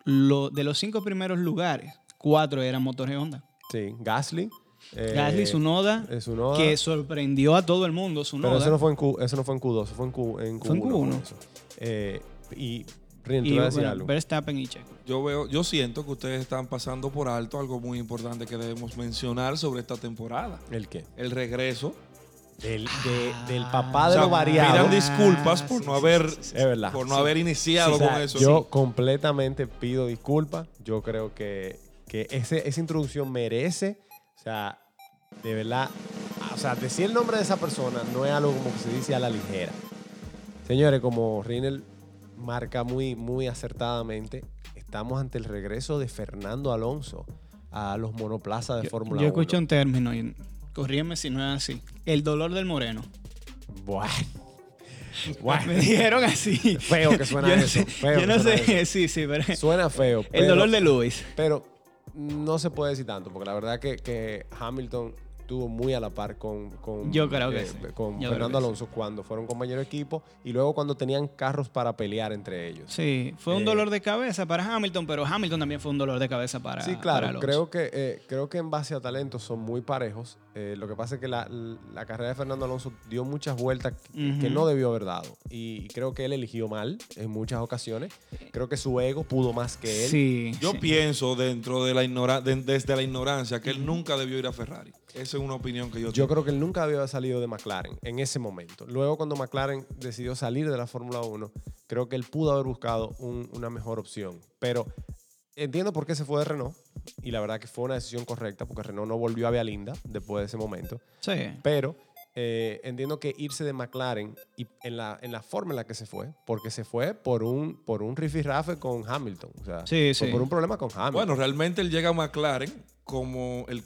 Speaker 3: lo, de los cinco primeros lugares, cuatro eran motores Honda.
Speaker 2: Sí, Gasly. eh,
Speaker 3: Gasly, Sunoda,
Speaker 2: eh, Tsunoda.
Speaker 3: que sorprendió a todo el mundo, Sunoda.
Speaker 2: Pero eso no fue en Q, eso no fue en Q2, eso fue en Q, en Q1.
Speaker 3: Fue en Q1.
Speaker 2: fue eso. Eh, y Rien, tú
Speaker 3: y
Speaker 2: ibas a decir
Speaker 3: bueno,
Speaker 2: algo.
Speaker 3: Verstappen y Checo.
Speaker 1: Yo veo, yo siento que ustedes están pasando por alto algo muy importante que debemos mencionar sobre esta temporada.
Speaker 2: ¿El qué?
Speaker 1: El regreso.
Speaker 2: Del, de-
Speaker 3: Ah,
Speaker 2: del papá de Eh,
Speaker 1: O sea,
Speaker 2: lo variado.
Speaker 1: pidan disculpas por no haber-
Speaker 2: Es verdad.
Speaker 1: Por no haber iniciado
Speaker 2: O sea,
Speaker 1: con eso.
Speaker 2: Yo completamente pido disculpas. Yo creo que, que ese, esa introducción merece, o sea, de verdad, o sea, decir el nombre de esa persona no es algo como que se dice a la ligera. Señores, como Rinel marca muy, muy acertadamente, estamos ante el regreso de Fernando Alonso a los monoplazas de
Speaker 3: Yo,
Speaker 2: Fórmula 1.
Speaker 3: yo escuché un término y corríeme si no es así. El dolor del moreno.
Speaker 2: Bueno. Bueno.
Speaker 3: Me dijeron así.
Speaker 2: Feo que suena
Speaker 3: yo no
Speaker 2: eso,
Speaker 3: sé-
Speaker 2: feo
Speaker 3: yo
Speaker 2: que
Speaker 3: no
Speaker 2: suena
Speaker 3: sé, sí, sí, pero
Speaker 2: Suena feo.
Speaker 3: el
Speaker 2: pero-
Speaker 3: dolor de Luis.
Speaker 2: Pero no se puede decir tanto, porque la verdad que, que Hamilton estuvo muy a la par con, con, eh,
Speaker 3: Yo creo que sí.
Speaker 2: con
Speaker 3: Yo creo
Speaker 2: Fernando
Speaker 3: que sí.
Speaker 2: Alonso cuando fueron compañeros de equipo y luego cuando tenían carros para pelear entre ellos.
Speaker 3: Sí, fue un
Speaker 2: Eh,
Speaker 3: dolor de cabeza para Hamilton, pero Hamilton también fue un dolor de cabeza para
Speaker 2: Sí,
Speaker 3: para
Speaker 2: claro.
Speaker 3: Alonso.
Speaker 2: Creo que, eh, creo que en base a talentos son muy parejos. Eh, lo que pasa es que la, la carrera de Fernando Alonso dio muchas vueltas que- que
Speaker 3: Ujú.
Speaker 2: no debió haber dado. Y creo que él eligió mal en muchas ocasiones. Creo que su ego pudo más que él.
Speaker 3: Sí.
Speaker 1: Yo
Speaker 3: sí.
Speaker 1: pienso dentro de la ignorancia, desde la ignorancia, que él nunca debió ir a Ferrari. Esa es una opinión que yo,
Speaker 2: Yo
Speaker 1: tengo.
Speaker 2: creo que él nunca había salido de McLaren en ese momento. Luego, cuando McLaren decidió salir de la Fórmula 1, creo que él pudo haber buscado un- una mejor opción. Pero entiendo por qué se fue de Renault. Y la verdad que fue una decisión correcta porque Renault no volvió a Bealinda después de ese momento.
Speaker 3: Sí.
Speaker 2: Pero eh, entiendo que irse de McLaren y en, la, en la forma en la que se fue, porque se fue por un, por un rifirrafe con Hamilton. O sea,
Speaker 3: Sí,
Speaker 2: fue
Speaker 3: sí.
Speaker 2: por un problema con Hamilton.
Speaker 1: Bueno, realmente él llega a McLaren como el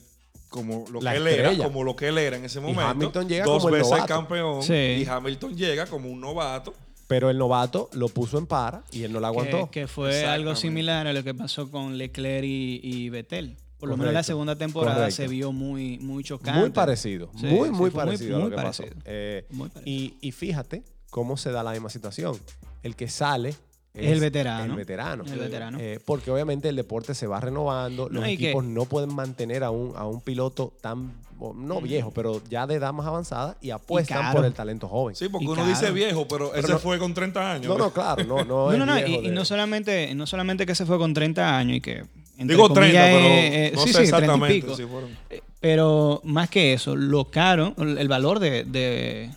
Speaker 1: como lo
Speaker 2: La
Speaker 1: que él
Speaker 2: estrella.
Speaker 1: era, como lo que él era en ese momento.
Speaker 2: Hamilton llega
Speaker 1: dos
Speaker 2: como el
Speaker 1: veces
Speaker 2: novato.
Speaker 1: campeón
Speaker 3: Sí.
Speaker 1: y Hamilton llega como un novato.
Speaker 2: pero el novato lo puso en para y él no la aguantó.
Speaker 3: Que, que fue algo
Speaker 1: Exactamente.
Speaker 3: similar a lo que pasó con Leclerc y, y Vettel. Por lo
Speaker 2: Correcto,
Speaker 3: menos la segunda temporada
Speaker 2: correcto.
Speaker 3: se vio muy, muy chocante.
Speaker 2: Muy parecido,
Speaker 3: Sí,
Speaker 2: muy,
Speaker 3: sí,
Speaker 2: muy
Speaker 3: fue muy-
Speaker 2: parecido a
Speaker 3: muy
Speaker 2: lo que pasó.
Speaker 3: parecido.
Speaker 2: Eh,
Speaker 3: Muy parecido.
Speaker 2: y, y fíjate cómo se da la misma situación. El que sale es,
Speaker 3: el veterano.
Speaker 2: El veterano.
Speaker 3: El veterano.
Speaker 2: Eh, porque obviamente el deporte se va renovando, los
Speaker 3: No, y que-
Speaker 2: equipos no pueden mantener a un, a un piloto tan, o, no viejo, pero ya de edad más avanzada y apuestan
Speaker 3: Mm. caro.
Speaker 2: por el talento joven.
Speaker 1: Sí, porque
Speaker 3: Y
Speaker 1: uno
Speaker 3: claro.
Speaker 1: dice viejo, pero, ese
Speaker 2: no-
Speaker 1: fue con 30 años.
Speaker 2: No, no, claro, no, no,
Speaker 3: No,
Speaker 2: es
Speaker 3: no, no. Y,
Speaker 2: viejo
Speaker 3: y
Speaker 2: de-
Speaker 3: no, solamente, no solamente que se fue con 30 años y que. entre
Speaker 1: Digo 30,
Speaker 3: comillas,
Speaker 1: pero
Speaker 3: eh, eh,
Speaker 1: no sé
Speaker 3: sí, sí, 30 y
Speaker 1: exactamente
Speaker 3: pico.
Speaker 1: si fueron.
Speaker 3: Eh, Pero más que eso, lo caro, el valor de, de,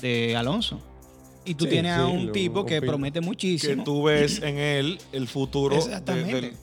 Speaker 3: de Alonso. Y tú
Speaker 2: Sí,
Speaker 3: tienes a
Speaker 2: sí,
Speaker 3: un
Speaker 2: lo-
Speaker 3: tipo
Speaker 2: un
Speaker 3: que
Speaker 2: pilo.
Speaker 3: promete
Speaker 1: Que
Speaker 3: muchísimo.
Speaker 1: tú ves en él el futuro. de-
Speaker 3: Exactamente.
Speaker 1: del-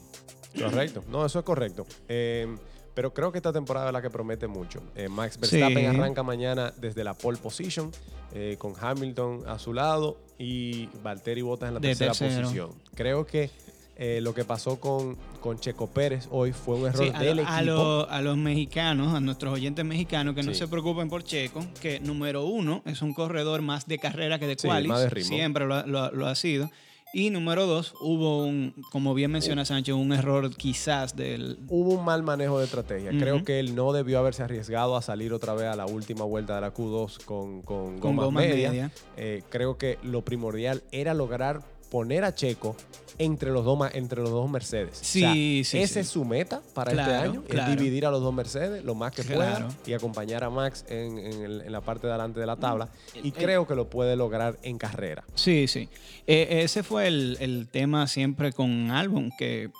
Speaker 2: Correcto, no, eso es correcto. Eh, pero creo que esta temporada es la que promete mucho. Eh, Max
Speaker 3: Sí.
Speaker 2: Verstappen arranca mañana desde la pole position, eh, con Hamilton a su lado y Valtteri Bottas en la
Speaker 3: De
Speaker 2: tercera
Speaker 3: tercero.
Speaker 2: posición. Creo que eh, lo que pasó con, con Checo Pérez hoy fue un error
Speaker 3: Sí, a,
Speaker 2: del
Speaker 3: lo-
Speaker 2: equipo.
Speaker 3: a lo- a los mexicanos, a nuestros oyentes mexicanos, que no
Speaker 2: Sí.
Speaker 3: se preocupen por Checo, que número uno es un corredor más de carrera que de
Speaker 2: Sí,
Speaker 3: quali,
Speaker 2: más de ritmo.
Speaker 3: siempre lo, ha- lo ha- lo ha sido. Y número dos, hubo un, como bien menciona Sánchez, un error quizás del...
Speaker 2: Hubo un mal manejo de estrategia. Creo
Speaker 3: Ujú.
Speaker 2: que él no debió haberse arriesgado a salir otra vez a la última vuelta de la Q2 con, con,
Speaker 3: Con
Speaker 2: gomas
Speaker 3: gomas
Speaker 2: medias.
Speaker 3: medias.
Speaker 2: Eh, creo que lo primordial era lograr poner a Checo entre los dos, ma- entre los dos Mercedes.
Speaker 3: Sí, sí,
Speaker 2: Esa
Speaker 3: sí.
Speaker 2: es su meta para este
Speaker 3: Claro,
Speaker 2: año,
Speaker 3: claro.
Speaker 2: es dividir a los dos Mercedes lo más que
Speaker 3: Claro.
Speaker 2: pueda y acompañar a Max en, en el- en la parte de adelante de la tabla. Y creo que lo puede lograr en carrera.
Speaker 3: Sí, sí. Eh, ese fue el, el tema siempre con Albon, que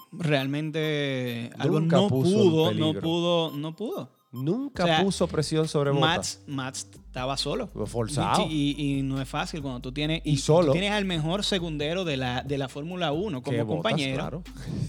Speaker 3: realmente Albon
Speaker 2: Nunca
Speaker 3: no
Speaker 2: puso en
Speaker 3: pudo, no
Speaker 2: peligro.
Speaker 3: pudo, no pudo.
Speaker 2: Nunca
Speaker 3: O sea,
Speaker 2: puso presión sobre Bottas.
Speaker 3: Mats, Mats estaba solo.
Speaker 2: Lo forzado.
Speaker 3: Y, y- y no es fácil cuando tú tienes.
Speaker 2: Y solo.
Speaker 3: tú tienes al mejor segundero de la, de la Fórmula 1 como
Speaker 2: Que Bottas,
Speaker 3: compañero.
Speaker 2: claro.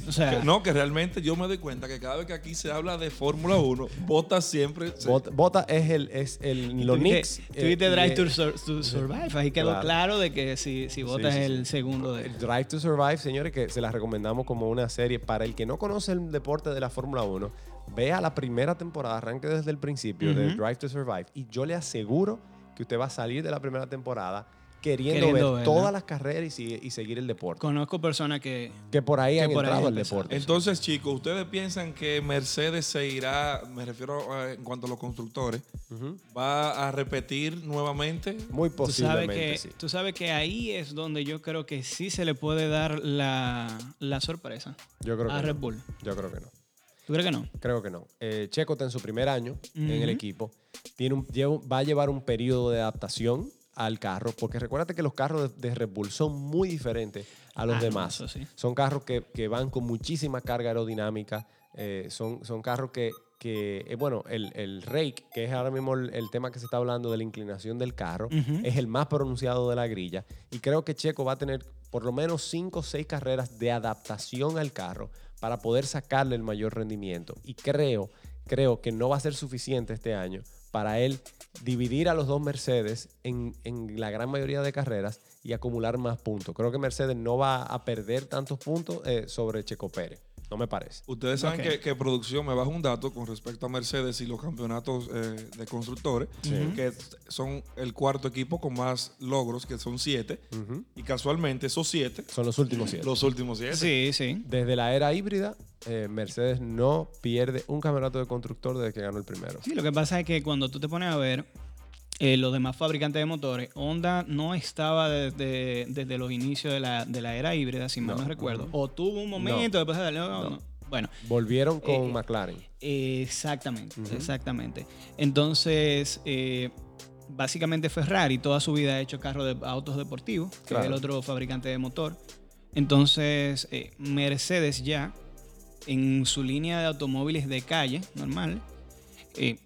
Speaker 3: O sea,
Speaker 1: Que- no, que realmente yo me doy cuenta que cada vez que aquí se habla de Fórmula 1, Bottas siempre. se-
Speaker 2: Bot- Bottas es el, es el los
Speaker 3: tuviste-
Speaker 2: Knicks. eh,
Speaker 3: tuviste
Speaker 2: y
Speaker 3: Drive
Speaker 2: es-
Speaker 3: to, Sur- to Survive. Ahí quedó
Speaker 2: Claro.
Speaker 3: claro, de que si, si votas
Speaker 2: sí, sí.
Speaker 3: el segundo de.
Speaker 2: El Drive to Survive, señores, que se las recomendamos como una serie. Para el que no conoce el deporte de la Fórmula 1, vea la primera temporada, arranque desde el principio de
Speaker 3: Ujú.
Speaker 2: Drive to Survive. Y yo le aseguro que usted va a salir de la primera temporada queriendo,
Speaker 3: Queriendo
Speaker 2: ver
Speaker 3: verla.
Speaker 2: todas las carreras y, sigue- y seguir el deporte.
Speaker 3: Conozco personas que.
Speaker 2: que por ahí
Speaker 3: que
Speaker 2: han
Speaker 3: por ahí
Speaker 2: entrado al
Speaker 3: empezaron.
Speaker 2: deporte.
Speaker 1: Entonces, chicos, ¿ustedes piensan que Mercedes se irá, me refiero a- en cuanto a los constructores,
Speaker 2: Ujú.
Speaker 1: va a repetir nuevamente?
Speaker 2: Muy
Speaker 3: Tú sabes,
Speaker 2: posiblemente,
Speaker 3: que,
Speaker 2: sí.
Speaker 3: tú sabes que ahí es donde yo creo que sí se le puede dar la, la sorpresa
Speaker 2: Yo creo
Speaker 3: a
Speaker 2: que
Speaker 3: Red
Speaker 2: no.
Speaker 3: Bull.
Speaker 2: Yo creo que no.
Speaker 3: ¿Tú crees que no?
Speaker 2: Creo que no. Eh, Checo está en su primer año en el
Speaker 3: Ujú.
Speaker 2: equipo. Tiene un- lleva- va a llevar un periodo de adaptación al carro, porque recuérdate que los carros de, de Red Bull son muy diferentes a los
Speaker 3: Ah, no,
Speaker 2: demás.
Speaker 3: eso sí.
Speaker 2: Son carros que, que van con muchísima carga aerodinámica, eh, son, son carros que, que eh, bueno, el, el rake, que es ahora mismo el, el tema que se está hablando de la inclinación del carro,
Speaker 3: Ujú.
Speaker 2: es el más pronunciado de la grilla. Y creo que Checo va a tener por lo menos 5 o 6 carreras de adaptación al carro para poder sacarle el mayor rendimiento. Y creo, creo que no va a ser suficiente este año para él dividir a los dos Mercedes en, en la gran mayoría de carreras y acumular más puntos. Creo que Mercedes no va a perder tantos puntos eh, sobre Checo Pérez. No me parece.
Speaker 1: Ustedes saben
Speaker 3: Ok.
Speaker 1: que, que producción me baja un dato con respecto a Mercedes y los campeonatos eh, de constructores, que son el cuarto equipo con más logros, que son siete. Y casualmente esos siete,
Speaker 2: Son Mm. los últimos siete.
Speaker 1: los últimos siete.
Speaker 3: Sí, sí.
Speaker 2: Desde la era híbrida, eh, Mercedes no pierde un campeonato de constructor desde que ganó el primero.
Speaker 3: Sí, lo que pasa es que cuando tú te pones a ver eh, los demás fabricantes de motores, Honda no estaba desde, desde los inicios de la, de la era híbrida, si mal no,
Speaker 2: No.
Speaker 3: recuerdo. O tuvo un momento, después de no, no. Bueno,
Speaker 2: Volvieron con
Speaker 3: Eh,
Speaker 2: McLaren.
Speaker 3: Exactamente, exactamente. Entonces, eh, básicamente Ferrari toda su vida ha hecho carros de autos deportivos, que
Speaker 2: Claro.
Speaker 3: es el otro fabricante de motor. Entonces, eh, Mercedes ya, en su línea de automóviles de calle, normal, eh,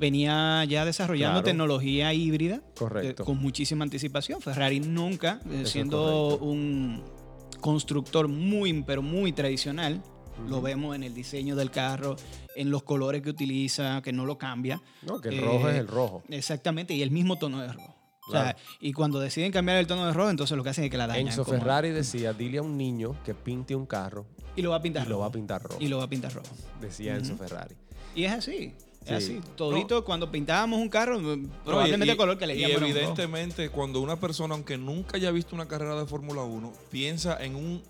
Speaker 3: venía ya desarrollando
Speaker 2: Claro.
Speaker 3: tecnología híbrida eh,
Speaker 2: Correcto.
Speaker 3: con muchísima anticipación. Ferrari nunca, eh,
Speaker 2: es
Speaker 3: siendo
Speaker 2: correcto.
Speaker 3: un constructor muy, pero muy tradicional, lo
Speaker 2: Ujú.
Speaker 3: vemos en el diseño del carro, en los colores que utiliza, que no lo cambia.
Speaker 2: No, que el
Speaker 3: eh,
Speaker 2: rojo es el rojo.
Speaker 3: Exactamente, y el mismo tono de rojo. O sea,
Speaker 2: Claro.
Speaker 3: y cuando deciden cambiar el tono de rojo, entonces lo que hacen es que la dañan.
Speaker 2: Enzo
Speaker 3: como-
Speaker 2: Ferrari decía, dile a un niño que pinte un carro
Speaker 3: Y lo va a
Speaker 2: y
Speaker 3: pintar
Speaker 2: lo va a
Speaker 3: rojo.
Speaker 2: pintar rojo.
Speaker 3: Y lo va a pintar rojo.
Speaker 2: Decía Enzo Ferrari.
Speaker 3: Y es así. Es
Speaker 2: Sí.
Speaker 3: así. Todito, cuando pintábamos un carro, probablemente
Speaker 1: Oye, y-
Speaker 3: el color que le
Speaker 1: y
Speaker 3: llamamos
Speaker 1: evidentemente, cuando una persona, aunque nunca haya visto una carrera de Fórmula 1, piensa en un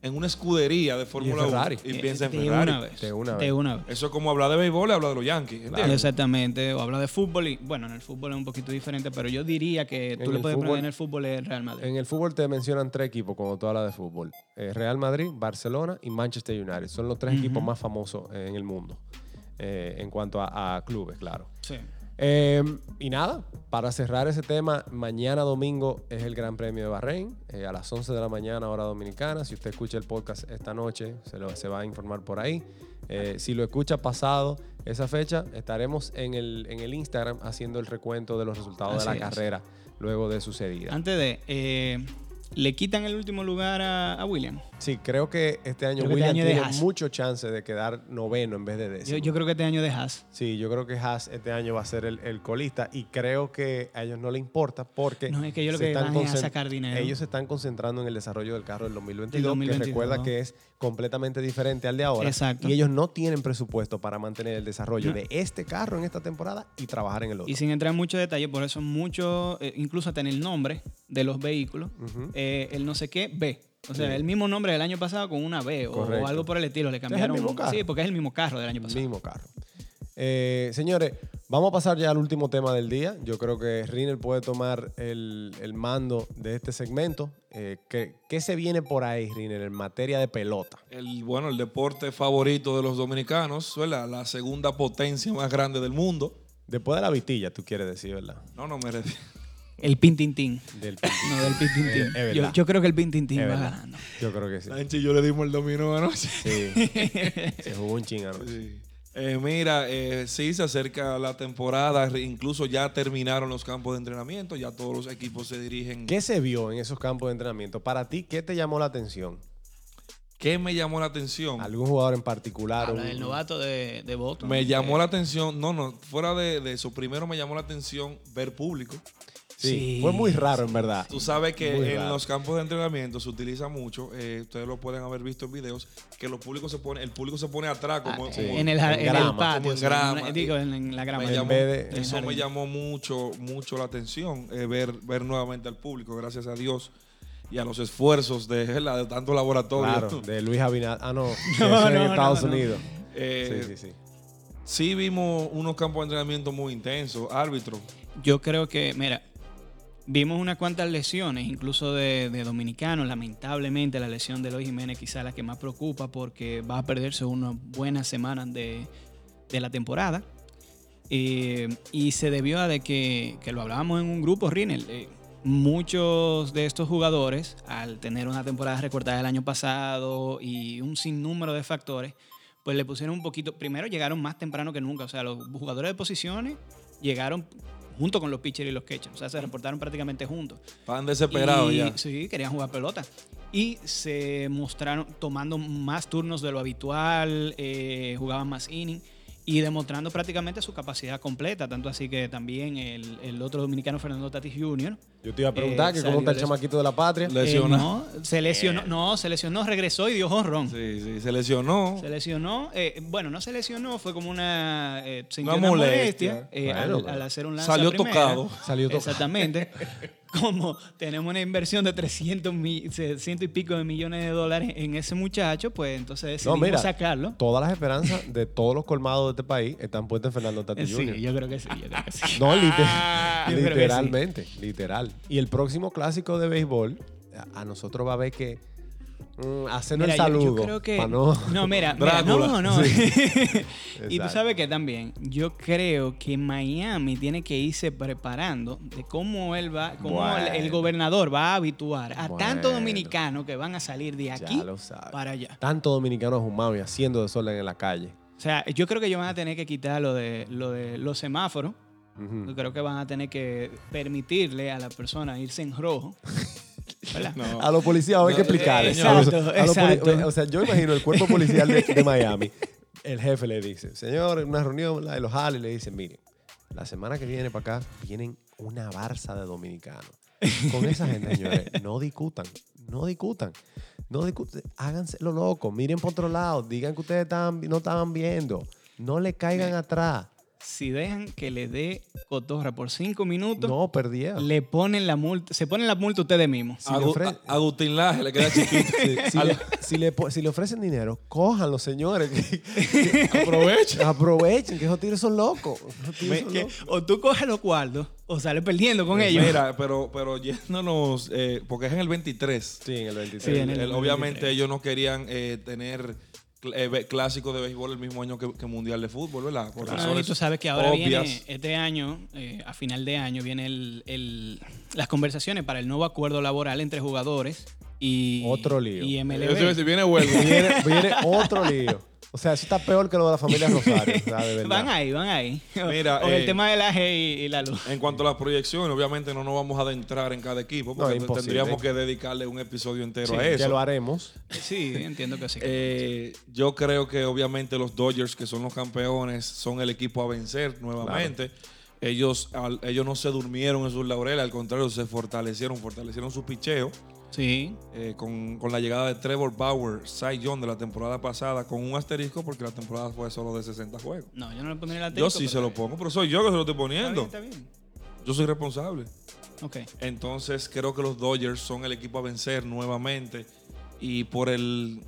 Speaker 1: en una escudería de Fórmula 1
Speaker 2: Ferrari.
Speaker 1: y piensa en
Speaker 3: de
Speaker 1: Ferrari.
Speaker 3: Eh, Una vez,
Speaker 2: De una vez.
Speaker 1: Eso es como hablar de béisbol y hablar de los Yankees. ¿entiendes?
Speaker 2: Claro.
Speaker 3: Exactamente, o habla de fútbol y bueno, en el fútbol es un poquito diferente, pero yo diría que
Speaker 2: En
Speaker 3: tú le
Speaker 2: el
Speaker 3: puedes poner
Speaker 2: fútbol-
Speaker 3: en el fútbol el Real Madrid.
Speaker 2: En el fútbol te mencionan tres equipos cuando tú hablas de fútbol. Eh, Real Madrid, Barcelona y Manchester United. Son los tres
Speaker 3: Ujú.
Speaker 2: equipos más famosos en el mundo. eh, en cuanto a, a clubes, claro.
Speaker 3: Sí.
Speaker 2: Eh, y nada, para cerrar ese tema, mañana domingo es el Gran Premio de Bahrein, eh, a las 11 de la mañana, hora dominicana. Si usted escucha el podcast esta noche, se, lo- se va a informar por ahí. Eh, si lo escucha pasado esa fecha, estaremos en el, en el Instagram haciendo el recuento de los resultados
Speaker 3: Así
Speaker 2: de la
Speaker 3: es.
Speaker 2: carrera luego de sucedida.
Speaker 3: Antes de, eh, le quitan el último lugar a, a William.
Speaker 2: Sí, creo que este año
Speaker 3: Creo que
Speaker 2: Williams
Speaker 3: este año
Speaker 2: tiene
Speaker 3: dejas.
Speaker 2: mucho chance de quedar noveno en vez de
Speaker 3: Yo,
Speaker 2: décimo.
Speaker 3: yo creo que este año de Haas.
Speaker 2: Sí, yo creo que Haas este año va a ser el, el colista y creo que a ellos no les importa porque
Speaker 3: No, es que ellos lo
Speaker 2: se
Speaker 3: que
Speaker 2: están
Speaker 3: van es a
Speaker 2: concent-
Speaker 3: sacar dinero.
Speaker 2: ellos se están concentrando en el desarrollo del carro del 2022,
Speaker 3: Del
Speaker 2: que
Speaker 3: 2022,
Speaker 2: recuerda
Speaker 3: ¿no?
Speaker 2: que es completamente diferente al de ahora.
Speaker 3: Exacto.
Speaker 2: Y ellos no tienen presupuesto para mantener el desarrollo
Speaker 3: No.
Speaker 2: de este carro en esta temporada y trabajar en el otro.
Speaker 3: Y sin entrar en mucho detalle, por eso mucho, eh, incluso hasta en el nombre de los vehículos,
Speaker 2: Ujú.
Speaker 3: eh, el no sé qué B. O sea,
Speaker 2: Sí.
Speaker 3: el mismo nombre del año pasado con una B o,
Speaker 2: Correcto.
Speaker 3: algo por el estilo. Le
Speaker 2: el
Speaker 3: cambiaron.
Speaker 2: mismo carro.
Speaker 3: Sí, porque es el mismo carro del año pasado.
Speaker 2: Mismo carro. Eh, señores, vamos a pasar ya al último tema del día. Yo creo que Rinel puede tomar el, el mando de este segmento. Eh, ¿qué, qué se viene por ahí, Rinel, en materia de pelota?
Speaker 1: el, bueno, el deporte favorito de los dominicanos, ¿verdad? la segunda potencia más grande del mundo.
Speaker 2: Después de la vitilla, tú quieres decir, ¿verdad?
Speaker 1: No, no me refiero.
Speaker 3: El Pintintín.
Speaker 2: Del
Speaker 3: No, del Pintintín.
Speaker 2: Es- es
Speaker 3: yo,
Speaker 2: verdad.
Speaker 3: yo creo que el Pintintín
Speaker 2: Es
Speaker 3: va
Speaker 2: verdad.
Speaker 3: ganando.
Speaker 2: Yo creo que sí.
Speaker 1: Lanchi, yo le dimos el dominó anoche.
Speaker 2: Sí. Se jugó un ching anoche.
Speaker 1: Sí. Eh, mira, eh, sí, se acerca la temporada, re- incluso ya terminaron los campos de entrenamiento, ya todos los equipos se dirigen.
Speaker 2: ¿Qué se vio en esos campos de entrenamiento? Para ti, ¿qué te llamó la atención?
Speaker 1: ¿Qué me llamó la atención?
Speaker 2: ¿Algún jugador en particular?
Speaker 3: Habla
Speaker 2: Un-
Speaker 3: del novato de, Eh, de Bolton.
Speaker 1: Me llamó la atención, no, no, fuera de, de eso, primero me llamó la atención ver público.
Speaker 2: Sí,
Speaker 3: Sí.
Speaker 2: fue muy raro, en verdad.
Speaker 1: Tú sabes que
Speaker 2: Muy
Speaker 1: en
Speaker 2: raro.
Speaker 1: los campos de entrenamiento se utiliza mucho, eh, ustedes lo pueden haber visto en videos, que los públicos se pone, el público se pone atrás como,
Speaker 3: Ah,
Speaker 1: como-
Speaker 2: Sí.
Speaker 3: en el, ja-
Speaker 2: eh, en
Speaker 3: en el
Speaker 2: grama.
Speaker 1: Como
Speaker 3: patio.
Speaker 1: en
Speaker 3: o sea, en
Speaker 1: grama.
Speaker 3: una- digo, en, en la grama.
Speaker 1: me
Speaker 2: en
Speaker 1: llamó-
Speaker 2: vez de-
Speaker 1: eso
Speaker 3: Ajá.
Speaker 1: me llamó mucho, mucho la atención, eh, ver, ver nuevamente al público, gracias a Dios y a los esfuerzos de, ¿verdad? de tanto laboratorio.
Speaker 2: Claro, de Luis Abinader. Ah, no, que eso
Speaker 3: No,
Speaker 2: en
Speaker 3: no, no,
Speaker 2: Estados
Speaker 3: no.
Speaker 2: Unidos.
Speaker 1: Eh,
Speaker 2: Sí, sí, sí.
Speaker 1: sí vimos unos campos de entrenamiento muy intensos, árbitro.
Speaker 3: Yo creo que, mira, vimos unas cuantas lesiones, incluso de, de dominicanos. Lamentablemente, la lesión de Luis Jiménez quizá la que más preocupa porque va a perderse unas buenas semanas de, de la temporada. Eh, y se debió a de que, que lo hablábamos en un grupo, Rinel. eh, muchos de estos jugadores, al tener una temporada recortada del año pasado y un sinnúmero de factores, pues le pusieron un poquito. Primero llegaron más temprano que nunca. O sea, los jugadores de posiciones llegaron junto con los pitchers y los catchers. O sea, se reportaron prácticamente juntos.
Speaker 1: Estaban desesperados
Speaker 3: Y-
Speaker 1: ya.
Speaker 3: Sí, querían jugar pelota. Y se mostraron tomando más turnos de lo habitual, eh, jugaban más inning. y demostrando prácticamente su capacidad completa. Tanto así que también el, el otro dominicano, Fernando Tatis Jr.,
Speaker 2: Yo te iba a preguntar
Speaker 3: Eh,
Speaker 2: que cómo
Speaker 3: salió
Speaker 2: está el
Speaker 3: de-
Speaker 2: chamaquito de la patria.
Speaker 1: Le-
Speaker 3: eh,
Speaker 1: Lesionado.
Speaker 3: no, se lesionó, no, se lesionó, regresó y dio jonrón.
Speaker 1: Sí, sí, se
Speaker 2: Mm.
Speaker 1: lesionó.
Speaker 3: Se lesionó, eh, bueno, no se lesionó, fue como una, eh, sintió
Speaker 1: Una
Speaker 3: una
Speaker 1: molestia.
Speaker 3: molestia, eh,
Speaker 2: Bueno,
Speaker 3: al,
Speaker 2: pero-
Speaker 3: al hacer un lanza
Speaker 1: Salió
Speaker 3: primera.
Speaker 1: tocado.
Speaker 2: Salió tocado.
Speaker 3: Exactamente. como tenemos una inversión de 300 mi- 600 y pico de millones de dólares en ese muchacho, pues entonces
Speaker 2: No,
Speaker 3: decidimos
Speaker 2: mira,
Speaker 3: sacarlo.
Speaker 2: todas las esperanzas de todos los colmados de este país están puestas en Fernando
Speaker 3: Eh,
Speaker 2: Tatis Jr.
Speaker 3: Sí, yo creo que sí, yo creo que sí.
Speaker 2: No, lite-
Speaker 3: Yo creo Ah, que
Speaker 2: literalmente, literal. Y el próximo clásico de béisbol, a a nosotros va a ver que mm, hacernos
Speaker 3: Mira,
Speaker 2: el
Speaker 3: yo-
Speaker 2: saludo.
Speaker 3: Yo, creo que.
Speaker 2: pa' no-
Speaker 3: mira, mira,
Speaker 1: Drácula.
Speaker 3: no, no. y tú
Speaker 2: Exacto.
Speaker 3: sabes que también, yo creo que Miami tiene que irse preparando de cómo él va, cómo
Speaker 2: Bueno.
Speaker 3: el, el gobernador va a habituar a tanto
Speaker 2: Bueno.
Speaker 3: dominicano que van a salir de aquí
Speaker 2: ya lo sabes.
Speaker 3: para allá.
Speaker 2: Tanto dominicanos humanos y haciendo desorden en la calle.
Speaker 3: O sea, yo creo que ellos van a tener que quitar lo de, lo de los semáforos.
Speaker 2: Ujú.
Speaker 3: Yo creo que van a tener que permitirle a la persona irse en rojo. ¿Verdad?
Speaker 1: No.
Speaker 2: A los policías hay
Speaker 1: No,
Speaker 2: que explicarles.
Speaker 1: eh, exacto,
Speaker 2: A los- a los poli-
Speaker 3: exacto.
Speaker 2: O sea, yo imagino el cuerpo policial de, de Miami. El jefe le dice, señor, en una reunión la de los Hales le dice, miren, la semana que viene para acá vienen una barza de dominicanos. Con esa gente, señores, no discutan, no discutan, no discutan, háganse lo loco, miren por otro lado, digan que ustedes estaban- no estaban viendo, no le caigan atrás,
Speaker 3: Si dejan que le dé cotorra por cinco minutos,
Speaker 2: no perdieron.
Speaker 3: le ponen la multa, se ponen la multa ustedes mismos.
Speaker 2: Si le
Speaker 1: Agu-
Speaker 2: ofre-
Speaker 1: a- Agustín Laje le queda chiquito.
Speaker 2: Si le, si le po- si le ofrecen dinero, cójanlo, señores. aprovechen. Aprovechen, que esos tigres son locos. Esos tigres
Speaker 3: Ve
Speaker 2: son
Speaker 3: que
Speaker 2: locos.
Speaker 3: o tú coges los cuartos o sales perdiendo
Speaker 2: Pues
Speaker 3: con ellos.
Speaker 1: Mira, pero, pero yéndonos, eh, porque es en el 23.
Speaker 2: Sí, en el
Speaker 3: Sí,
Speaker 2: 23.
Speaker 3: en el
Speaker 1: El-
Speaker 3: 23.
Speaker 1: obviamente ellos no querían eh, tener cl- eh, be- clásico de béisbol el mismo año que, que mundial de fútbol, ¿verdad? Por
Speaker 3: No, y
Speaker 1: razones
Speaker 3: tú sabes Ah, que ahora
Speaker 1: obvias.
Speaker 3: viene, este año, eh, a final de año, vienen las conversaciones para el nuevo acuerdo laboral entre jugadores y,
Speaker 2: Otro lío.
Speaker 3: y
Speaker 1: Yo te iba a decir,
Speaker 3: MLB.
Speaker 1: viene vuelvo.
Speaker 2: Viene, viene otro lío. O sea, eso está peor que lo de la familia Rosario. o sea, de verdad.
Speaker 3: Van ahí, van ahí.
Speaker 1: Mira,
Speaker 3: o el
Speaker 1: eh,
Speaker 3: tema del aje y, y la luz.
Speaker 1: En cuanto a las proyecciones, obviamente no nos vamos a adentrar en cada equipo
Speaker 2: No,
Speaker 1: porque
Speaker 2: es imposible.
Speaker 1: tendríamos que dedicarle un episodio entero
Speaker 3: Sí,
Speaker 1: a
Speaker 2: Que
Speaker 1: eso.
Speaker 2: lo haremos.
Speaker 3: Sí, entiendo que sí.
Speaker 1: Eh, yo creo que obviamente los Dodgers, que son los campeones, son el equipo a vencer nuevamente. Ellos, al- ellos no se durmieron en sus laureles, al contrario, se fortalecieron, fortalecieron su picheo
Speaker 3: sí.
Speaker 1: eh, con, con la llegada de Trevor Bauer, Cy Young de la temporada pasada, con un asterisco porque la temporada fue solo de 60 juegos.
Speaker 3: No, yo no le pondría la
Speaker 1: Yo sí se lo pongo, pero soy yo que se lo estoy poniendo.
Speaker 3: Está bien, está
Speaker 1: Yo soy responsable.
Speaker 3: bien. Ok.
Speaker 1: Entonces creo que los Dodgers son el equipo a vencer nuevamente. Y por el...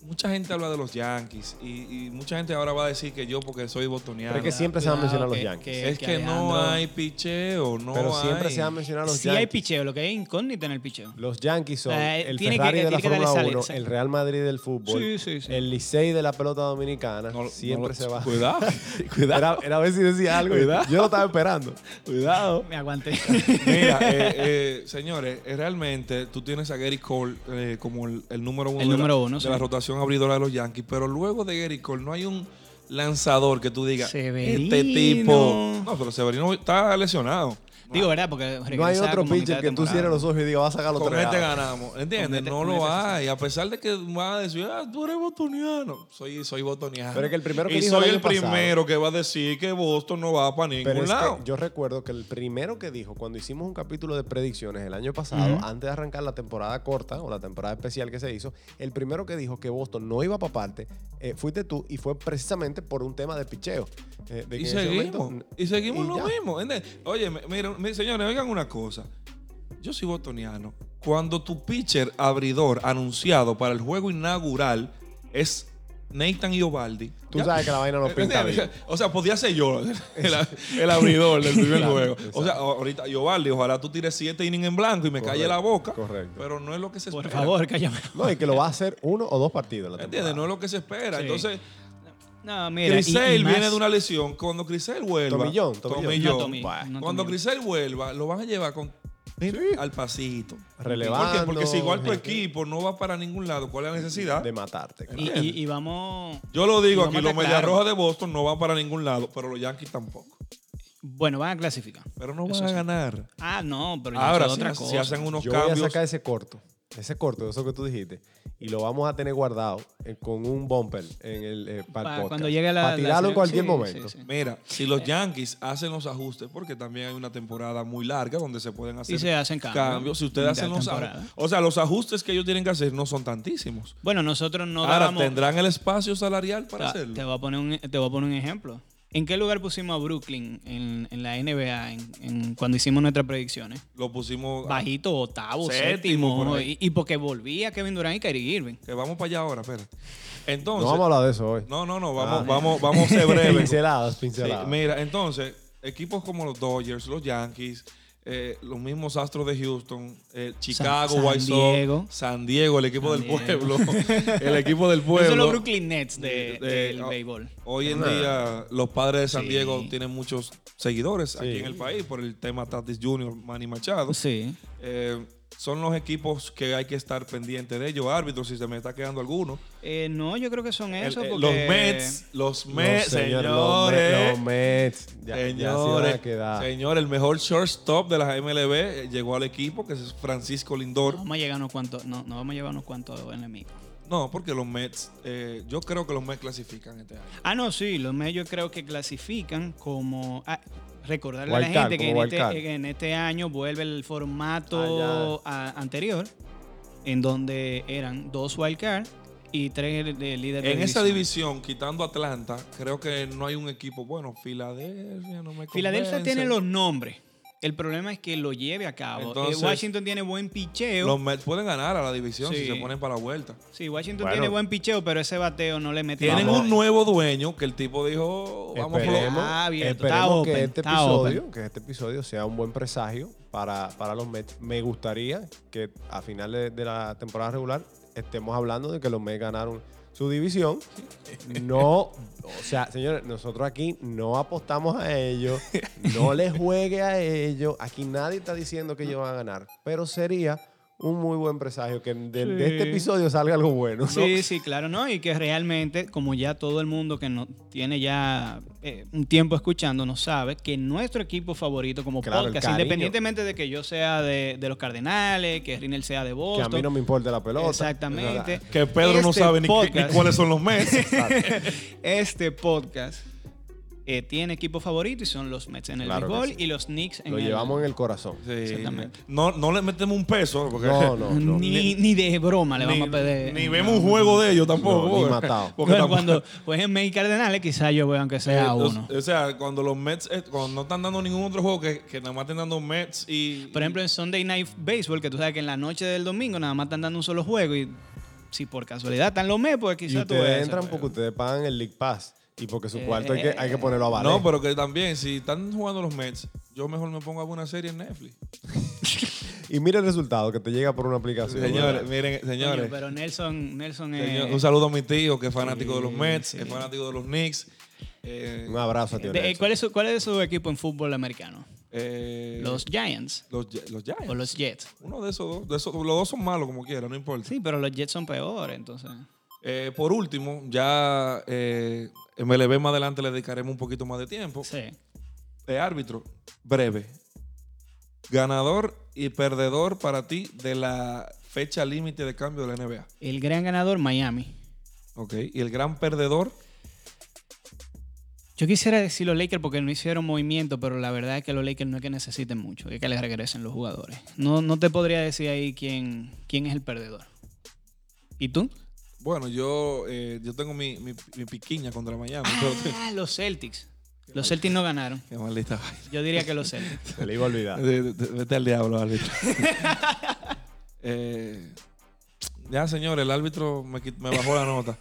Speaker 1: Mucha gente habla de los Yankees y, y mucha gente ahora va a decir que yo porque soy bostoniano.
Speaker 2: Pero es que siempre se van a mencionar los Yankees.
Speaker 1: es que, no
Speaker 3: Alejandro-
Speaker 1: hay picheo, no
Speaker 2: pero siempre
Speaker 1: hay.
Speaker 2: se han mencionado los
Speaker 3: Sí hay
Speaker 2: Yankees.
Speaker 3: picheo, lo que hay es incógnita en el picheo.
Speaker 2: Los Yankees son
Speaker 3: Eh,
Speaker 2: el
Speaker 3: tiene que-
Speaker 2: Ferrari de la
Speaker 3: tiene que darle
Speaker 2: Fórmula
Speaker 3: sal-
Speaker 2: 1,
Speaker 3: sal-
Speaker 2: el Real Madrid del fútbol,
Speaker 3: Sí, sí, sí.
Speaker 2: el Licey de la pelota dominicana.
Speaker 1: No- no
Speaker 2: siempre
Speaker 1: lo-
Speaker 2: se va.
Speaker 1: Cuidado,
Speaker 2: Era, era a ver si decía algo.
Speaker 1: Cuidado.
Speaker 2: Yo lo estaba esperando. Cuidado.
Speaker 3: Me aguanté.
Speaker 1: Mira, eh, eh, señores, eh, realmente tú tienes a Gary Cole eh, como el, el número uno,
Speaker 3: El
Speaker 1: de,
Speaker 3: número
Speaker 1: la,
Speaker 3: uno,
Speaker 1: de
Speaker 3: sí.
Speaker 1: la rotación abridora de los Yankees, pero luego de Gary Cole no hay un lanzador que tú digas, este
Speaker 3: Severino.
Speaker 1: tipo... No, pero Severino está lesionaron.
Speaker 3: Digo, ¿verdad? Porque
Speaker 2: No hay
Speaker 3: regresaba
Speaker 2: otro
Speaker 3: como a mitad
Speaker 2: pitcher
Speaker 3: de
Speaker 2: que tú
Speaker 3: temporada.
Speaker 2: cierres los ojos y digas, va a sacar los
Speaker 1: Con
Speaker 2: tres.
Speaker 1: este
Speaker 2: outs".
Speaker 1: ganamos, ¿entiendes?
Speaker 3: Con
Speaker 1: No
Speaker 3: este-
Speaker 1: lo
Speaker 3: con este
Speaker 1: hay. A pesar de que van a decir, ah, tú eres bostoniano. Soy, soy bostoniano.
Speaker 2: Pero es que el primero que
Speaker 1: Y
Speaker 2: dijo
Speaker 1: soy
Speaker 2: el
Speaker 1: el
Speaker 2: año pasado-
Speaker 1: primero que va a decir que Boston no va para ningún
Speaker 2: Pero es
Speaker 1: lado.
Speaker 2: que yo recuerdo que el primero que dijo cuando hicimos un capítulo de predicciones el año pasado,
Speaker 3: Ujú.
Speaker 2: antes de arrancar la temporada corta o la temporada especial que se hizo, el primero que dijo que Boston no iba para parte eh, fuiste tú y fue precisamente por un tema de picheo. Eh, de que
Speaker 1: Y
Speaker 2: en ese
Speaker 1: seguimos,
Speaker 2: momento-
Speaker 1: y seguimos
Speaker 2: y
Speaker 1: lo
Speaker 2: ya.
Speaker 1: mismo. ¿entiendes? Oye, me- mira, mi- señores, oigan una cosa. Yo soy bostoniano. Cuando tu pitcher abridor anunciado para el juego inaugural es Nathan Iovaldi.
Speaker 2: Tú
Speaker 1: ya-
Speaker 2: sabes que la vaina no pinta bien.
Speaker 1: O sea, podía ser yo el, el abridor del primer
Speaker 2: Claro,
Speaker 1: juego. O sea,
Speaker 2: exacto.
Speaker 1: ahorita, Iovaldi, ojalá tú tires siete innings en blanco y me calle
Speaker 2: Correcto,
Speaker 1: la boca.
Speaker 2: correcto.
Speaker 1: Pero no es lo que se
Speaker 3: Por
Speaker 1: espera.
Speaker 3: favor, cállame.
Speaker 2: No, y que lo va a hacer uno o dos partidos la
Speaker 1: ¿Entiendes?
Speaker 2: temporada.
Speaker 1: No es lo que se espera.
Speaker 3: Sí.
Speaker 1: Entonces,
Speaker 3: No, mira. y- y
Speaker 1: Crisel
Speaker 3: más-
Speaker 1: viene de una lesión. Cuando Crisel vuelva.
Speaker 2: Tomillón, Tomillón.
Speaker 1: Tomillón.
Speaker 3: No, Tommy,
Speaker 2: Bah.
Speaker 3: no,
Speaker 1: Cuando
Speaker 3: Tommy.
Speaker 1: Crisel vuelva, lo van a llevar con
Speaker 2: Sí.
Speaker 1: al pasito.
Speaker 2: Relevando,
Speaker 1: ¿Por qué? Porque si igual tu
Speaker 2: gente.
Speaker 1: equipo no va para ningún lado, ¿cuál es la necesidad?
Speaker 2: de matarte. claro.
Speaker 3: Y, y- y vamos.
Speaker 1: Yo lo digo
Speaker 3: Y vamos
Speaker 1: aquí, los
Speaker 3: a estar
Speaker 1: Mediarrojas
Speaker 3: claros.
Speaker 1: de Boston no van para ningún lado, pero los Yankees tampoco.
Speaker 3: Bueno, van a clasificar.
Speaker 1: Pero no
Speaker 3: Eso
Speaker 1: van a
Speaker 3: sí.
Speaker 1: ganar.
Speaker 3: Ah, no, pero yo
Speaker 1: Ahora,
Speaker 3: soy
Speaker 1: si,
Speaker 3: otra
Speaker 1: si
Speaker 3: cosa.
Speaker 1: hacen unos
Speaker 2: Yo voy a
Speaker 1: cambios.
Speaker 2: sacar ese corto. ese corto, eso que tú dijiste, y lo vamos a tener guardado eh, con un bumper en el eh, para el
Speaker 3: Pa-
Speaker 2: podcast.
Speaker 3: cuando llegue la-
Speaker 2: Para
Speaker 3: la
Speaker 2: tirarlo en
Speaker 3: serie-
Speaker 2: cualquier
Speaker 3: sí,
Speaker 2: momento.
Speaker 3: sí, sí.
Speaker 1: Mira, si
Speaker 3: Eh.
Speaker 1: los Yankees hacen los ajustes, porque también hay una temporada muy larga donde se pueden hacer
Speaker 3: Y se hacen cambios.
Speaker 1: Si ustedes hacen los
Speaker 3: Intertemporada.
Speaker 1: ajustes. O sea, los ajustes que ellos tienen que hacer no son tantísimos.
Speaker 3: Bueno, nosotros no
Speaker 1: Ahora,
Speaker 3: dábamos...
Speaker 1: ¿tendrán el espacio salarial para
Speaker 3: Ta-
Speaker 1: hacerlo?
Speaker 3: Te voy, a poner un, te voy a poner un ejemplo. ¿En qué lugar pusimos a Brooklyn en, en la NBA en- en- cuando hicimos nuestras predicciones?
Speaker 1: Lo pusimos. a-
Speaker 3: Bajito, octavo,
Speaker 1: Séptimo,
Speaker 3: séptimo.
Speaker 1: por ahí.
Speaker 3: y, y porque volvía Kevin Durant y Kyrie Irving.
Speaker 1: Que vamos para allá ahora, espérate. Entonces.
Speaker 2: No vamos a hablar de eso hoy.
Speaker 1: No, no, no, vamos,
Speaker 2: Ah.
Speaker 1: vamos, vamos a ser breves.
Speaker 2: pinceladas,
Speaker 1: Sí,
Speaker 2: pinceladas.
Speaker 1: mira, entonces, equipos como los Dodgers, los Yankees, eh, los mismos Astros de Houston, eh, Chicago,
Speaker 3: San
Speaker 1: White Sox,
Speaker 3: Diego.
Speaker 1: San Diego, el equipo del
Speaker 3: San Diego.
Speaker 1: pueblo, el equipo del pueblo.
Speaker 3: Esos son los Brooklyn Nets de-
Speaker 1: de-
Speaker 3: del
Speaker 1: ah,
Speaker 3: béisbol.
Speaker 1: Hoy
Speaker 2: Ah.
Speaker 1: en día los padres de San
Speaker 3: Sí.
Speaker 1: Diego tienen muchos seguidores aquí
Speaker 2: Sí.
Speaker 1: en el país por el tema Tatis Jr., Manny Machado.
Speaker 3: Sí.
Speaker 1: Eh, son los equipos que hay que estar pendiente de ellos, árbitros, si se me está quedando alguno.
Speaker 3: Eh, no, yo creo que son
Speaker 1: El-
Speaker 3: esos.
Speaker 1: eh,
Speaker 3: porque-
Speaker 1: los Mets, los
Speaker 2: No,
Speaker 1: Mets,
Speaker 2: señor, los
Speaker 1: señores.
Speaker 2: Mets- Los Mets. Ya, ya se van
Speaker 1: Señores,
Speaker 2: a quedar.
Speaker 1: señor, el mejor shortstop de la MLB eh, llegó al equipo, que es Francisco Lindor.
Speaker 3: No vamos a llegar a unos cuantos, no, no vamos a llegar a unos cuantos enemigos.
Speaker 1: No, porque los Mets, eh, yo creo que los Mets clasifican este año.
Speaker 3: Ah, no, sí, los medios creo que clasifican como. ah, recordarle a la
Speaker 2: Wild card,
Speaker 3: gente que en,
Speaker 2: como wild
Speaker 3: este,
Speaker 2: card.
Speaker 3: que en este año vuelve el formato
Speaker 1: Ah,
Speaker 3: a- anterior, en donde eran dos wildcards y tres de- de líderes de
Speaker 1: En esa división, quitando Atlanta, creo que no hay un equipo bueno. Filadelfia, no me
Speaker 3: Filadelfia
Speaker 1: convence.
Speaker 3: tiene los nombres. El problema es que lo lleve a cabo.
Speaker 1: Entonces,
Speaker 3: Eh, Washington tiene buen picheo.
Speaker 1: Los Mets pueden ganar a la división si
Speaker 3: Sí.
Speaker 1: se ponen para la vuelta.
Speaker 3: Sí, Washington
Speaker 2: Bueno.
Speaker 3: tiene buen picheo, pero ese bateo no le mete.
Speaker 1: Tienen
Speaker 3: Vamos.
Speaker 1: un nuevo dueño que el tipo dijo, vamos por
Speaker 2: Esperemos,
Speaker 1: lo-
Speaker 3: Ah, abierto.
Speaker 2: esperemos
Speaker 3: Está
Speaker 2: que,
Speaker 3: open,
Speaker 2: este
Speaker 3: está open.
Speaker 2: episodio, que este episodio sea un buen presagio para, para los Mets. Me gustaría que a final de, de la temporada regular estemos hablando de que los Mets ganaron su división. No, o sea, señores, nosotros aquí no apostamos a ellos, no les juegue a ellos. Aquí nadie está diciendo que ellos van a ganar, pero sería un muy buen presagio que de, de
Speaker 3: Sí.
Speaker 2: este episodio salga algo bueno. ¿no?
Speaker 3: Sí, sí, claro, ¿no? Y que realmente, como ya todo el mundo que no tiene ya eh, un tiempo escuchándonos sabe, que nuestro equipo favorito como
Speaker 2: Claro, el
Speaker 3: podcast,
Speaker 2: cariño.
Speaker 3: independientemente de que yo sea de, de los Cardenales, que Rinel sea de
Speaker 2: Que a
Speaker 3: Boston.
Speaker 2: mí no me importa la pelota.
Speaker 3: Exactamente.
Speaker 1: Que Pedro no
Speaker 3: Este
Speaker 1: sabe ni, qué- ni
Speaker 3: podcast-
Speaker 1: cuáles son los Mets.
Speaker 3: Este podcast eh, tiene equipo favorito y son los Mets en el
Speaker 2: Claro que
Speaker 3: béisbol
Speaker 2: sí.
Speaker 3: y los Knicks en
Speaker 2: Lo
Speaker 3: el
Speaker 2: llevamos en el corazón.
Speaker 1: Sí.
Speaker 3: Exactamente.
Speaker 1: No, no le metemos un peso. Porque
Speaker 2: No, no, no.
Speaker 3: Ni, ni de broma le
Speaker 1: ni,
Speaker 3: vamos a pedir.
Speaker 1: ni vemos un juego de ellos tampoco.
Speaker 2: No, ni
Speaker 1: porque-
Speaker 2: matado.
Speaker 1: porque
Speaker 3: Bueno,
Speaker 1: tampoco-
Speaker 3: cuando jueguen Mets y Cardenales, quizás yo veo aunque sea
Speaker 1: Entonces,
Speaker 3: uno.
Speaker 1: O sea, cuando los Mets, eh, cuando no están dando ningún otro juego, que, que nada más estén dando Mets y.
Speaker 3: Por ejemplo, en Sunday Night Baseball, que tú sabes que en la noche del domingo nada más están dando un solo juego y si por casualidad están los mes, pues
Speaker 2: Y
Speaker 3: quizás tú
Speaker 2: ustedes
Speaker 3: ves
Speaker 2: entran
Speaker 3: ese
Speaker 2: porque
Speaker 3: juego.
Speaker 2: ustedes pagan el League Pass y porque su
Speaker 3: Eh.
Speaker 2: cuarto hay que, hay que ponerlo a valer.
Speaker 1: No, pero que también, si están jugando los Mets, yo mejor me pongo a ver una serie en Netflix.
Speaker 2: Y mira el resultado que te llega por una aplicación.
Speaker 1: señores,
Speaker 2: ¿verdad?
Speaker 1: miren,
Speaker 3: Coño,
Speaker 1: señores.
Speaker 3: Pero Nelson, Nelson eh, es...
Speaker 1: señor- un saludo a mi tío, que es fanático de los
Speaker 3: Sí,
Speaker 1: Mets,
Speaker 3: sí.
Speaker 1: es fanático de los Knicks. Eh,
Speaker 2: un abrazo a ti.
Speaker 3: de- eh, ¿cuál, es su, ¿Cuál es su equipo en fútbol americano?
Speaker 1: eh,
Speaker 3: ¿Los Giants
Speaker 1: los, Gi- los Giants.
Speaker 3: o los Jets?
Speaker 1: Uno de esos dos. de esos- los dos son malos, como quiera, no importa.
Speaker 3: Sí, pero los Jets son peores, entonces...
Speaker 1: Eh, por último, ya eh, MLB más adelante le dedicaremos un poquito más de tiempo.
Speaker 3: Sí.
Speaker 1: de árbitro, breve. Ganador y perdedor para ti de la fecha límite de cambio de la NBA.
Speaker 3: El gran ganador, Miami.
Speaker 1: Ok. Y el gran perdedor,
Speaker 3: Yo quisiera decir los Lakers porque no hicieron movimiento, pero la verdad es que los Lakers no es que necesiten mucho, es que les regresen los jugadores. No, no te podría decir ahí quién, quién es el perdedor. ¿Y tú?
Speaker 1: bueno, yo, eh, yo tengo mi, mi- mi piquiña contra Miami. pero-
Speaker 3: Ah, los Celtics. Los Celtics no ganaron.
Speaker 1: Qué maldita vaina.
Speaker 3: Yo diría que los Celtics.
Speaker 2: Se le iba a olvidar.
Speaker 1: De- de- Vete al diablo, árbitro. Eh, ya, señor, el árbitro me, quit- me bajó la nota.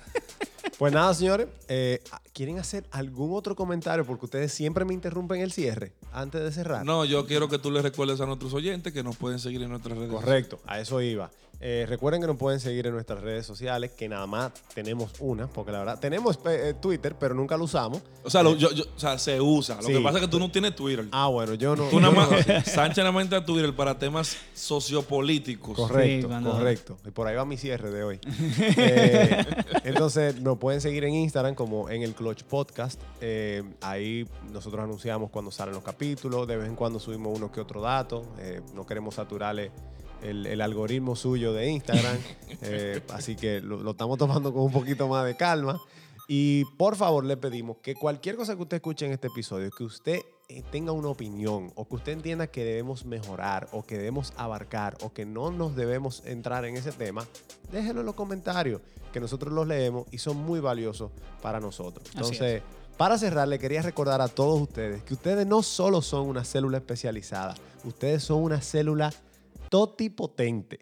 Speaker 2: Pues nada, señores, eh, ¿quieren hacer algún otro comentario? Porque ustedes siempre me interrumpen el cierre antes de cerrar.
Speaker 1: No, yo quiero que tú le recuerdes a nuestros oyentes que nos pueden seguir en nuestras redes.
Speaker 2: Correcto, a eso iba. Eh, recuerden que nos pueden seguir en nuestras redes sociales, que nada más tenemos una, porque la verdad, tenemos eh, Twitter, pero nunca lo usamos.
Speaker 1: O sea, lo- yo- yo- o sea, se usa. Lo
Speaker 2: Sí.
Speaker 1: que pasa es que tú no tienes Twitter.
Speaker 2: Ah, bueno, yo no.
Speaker 1: Tú nada
Speaker 2: yo no
Speaker 1: más,
Speaker 2: lo hacía.
Speaker 1: Sánchez nada más entra a Twitter para temas sociopolíticos.
Speaker 2: Correcto,
Speaker 3: Sí, cuando-
Speaker 2: correcto. Y por ahí va mi cierre de hoy. Eh, entonces, nos pueden seguir en Instagram como en el Clutch Podcast. Eh, ahí nosotros anunciamos cuando salen los capítulos. De vez en cuando subimos uno que otro dato. Eh, no queremos saturarle el, el algoritmo suyo de Instagram. Eh, así que lo, lo estamos tomando con un poquito más de calma. Y por favor le pedimos que cualquier cosa que usted escuche en este episodio, que usted eh, tenga una opinión o que usted entienda que debemos mejorar o que debemos abarcar o que no nos debemos entrar en ese tema, déjenlo en los comentarios, que nosotros los leemos y son muy valiosos para nosotros.
Speaker 3: Así
Speaker 2: Entonces, para cerrar, le quería recordar a todos ustedes que ustedes no solo son una célula especializada, ustedes son una célula totipotente.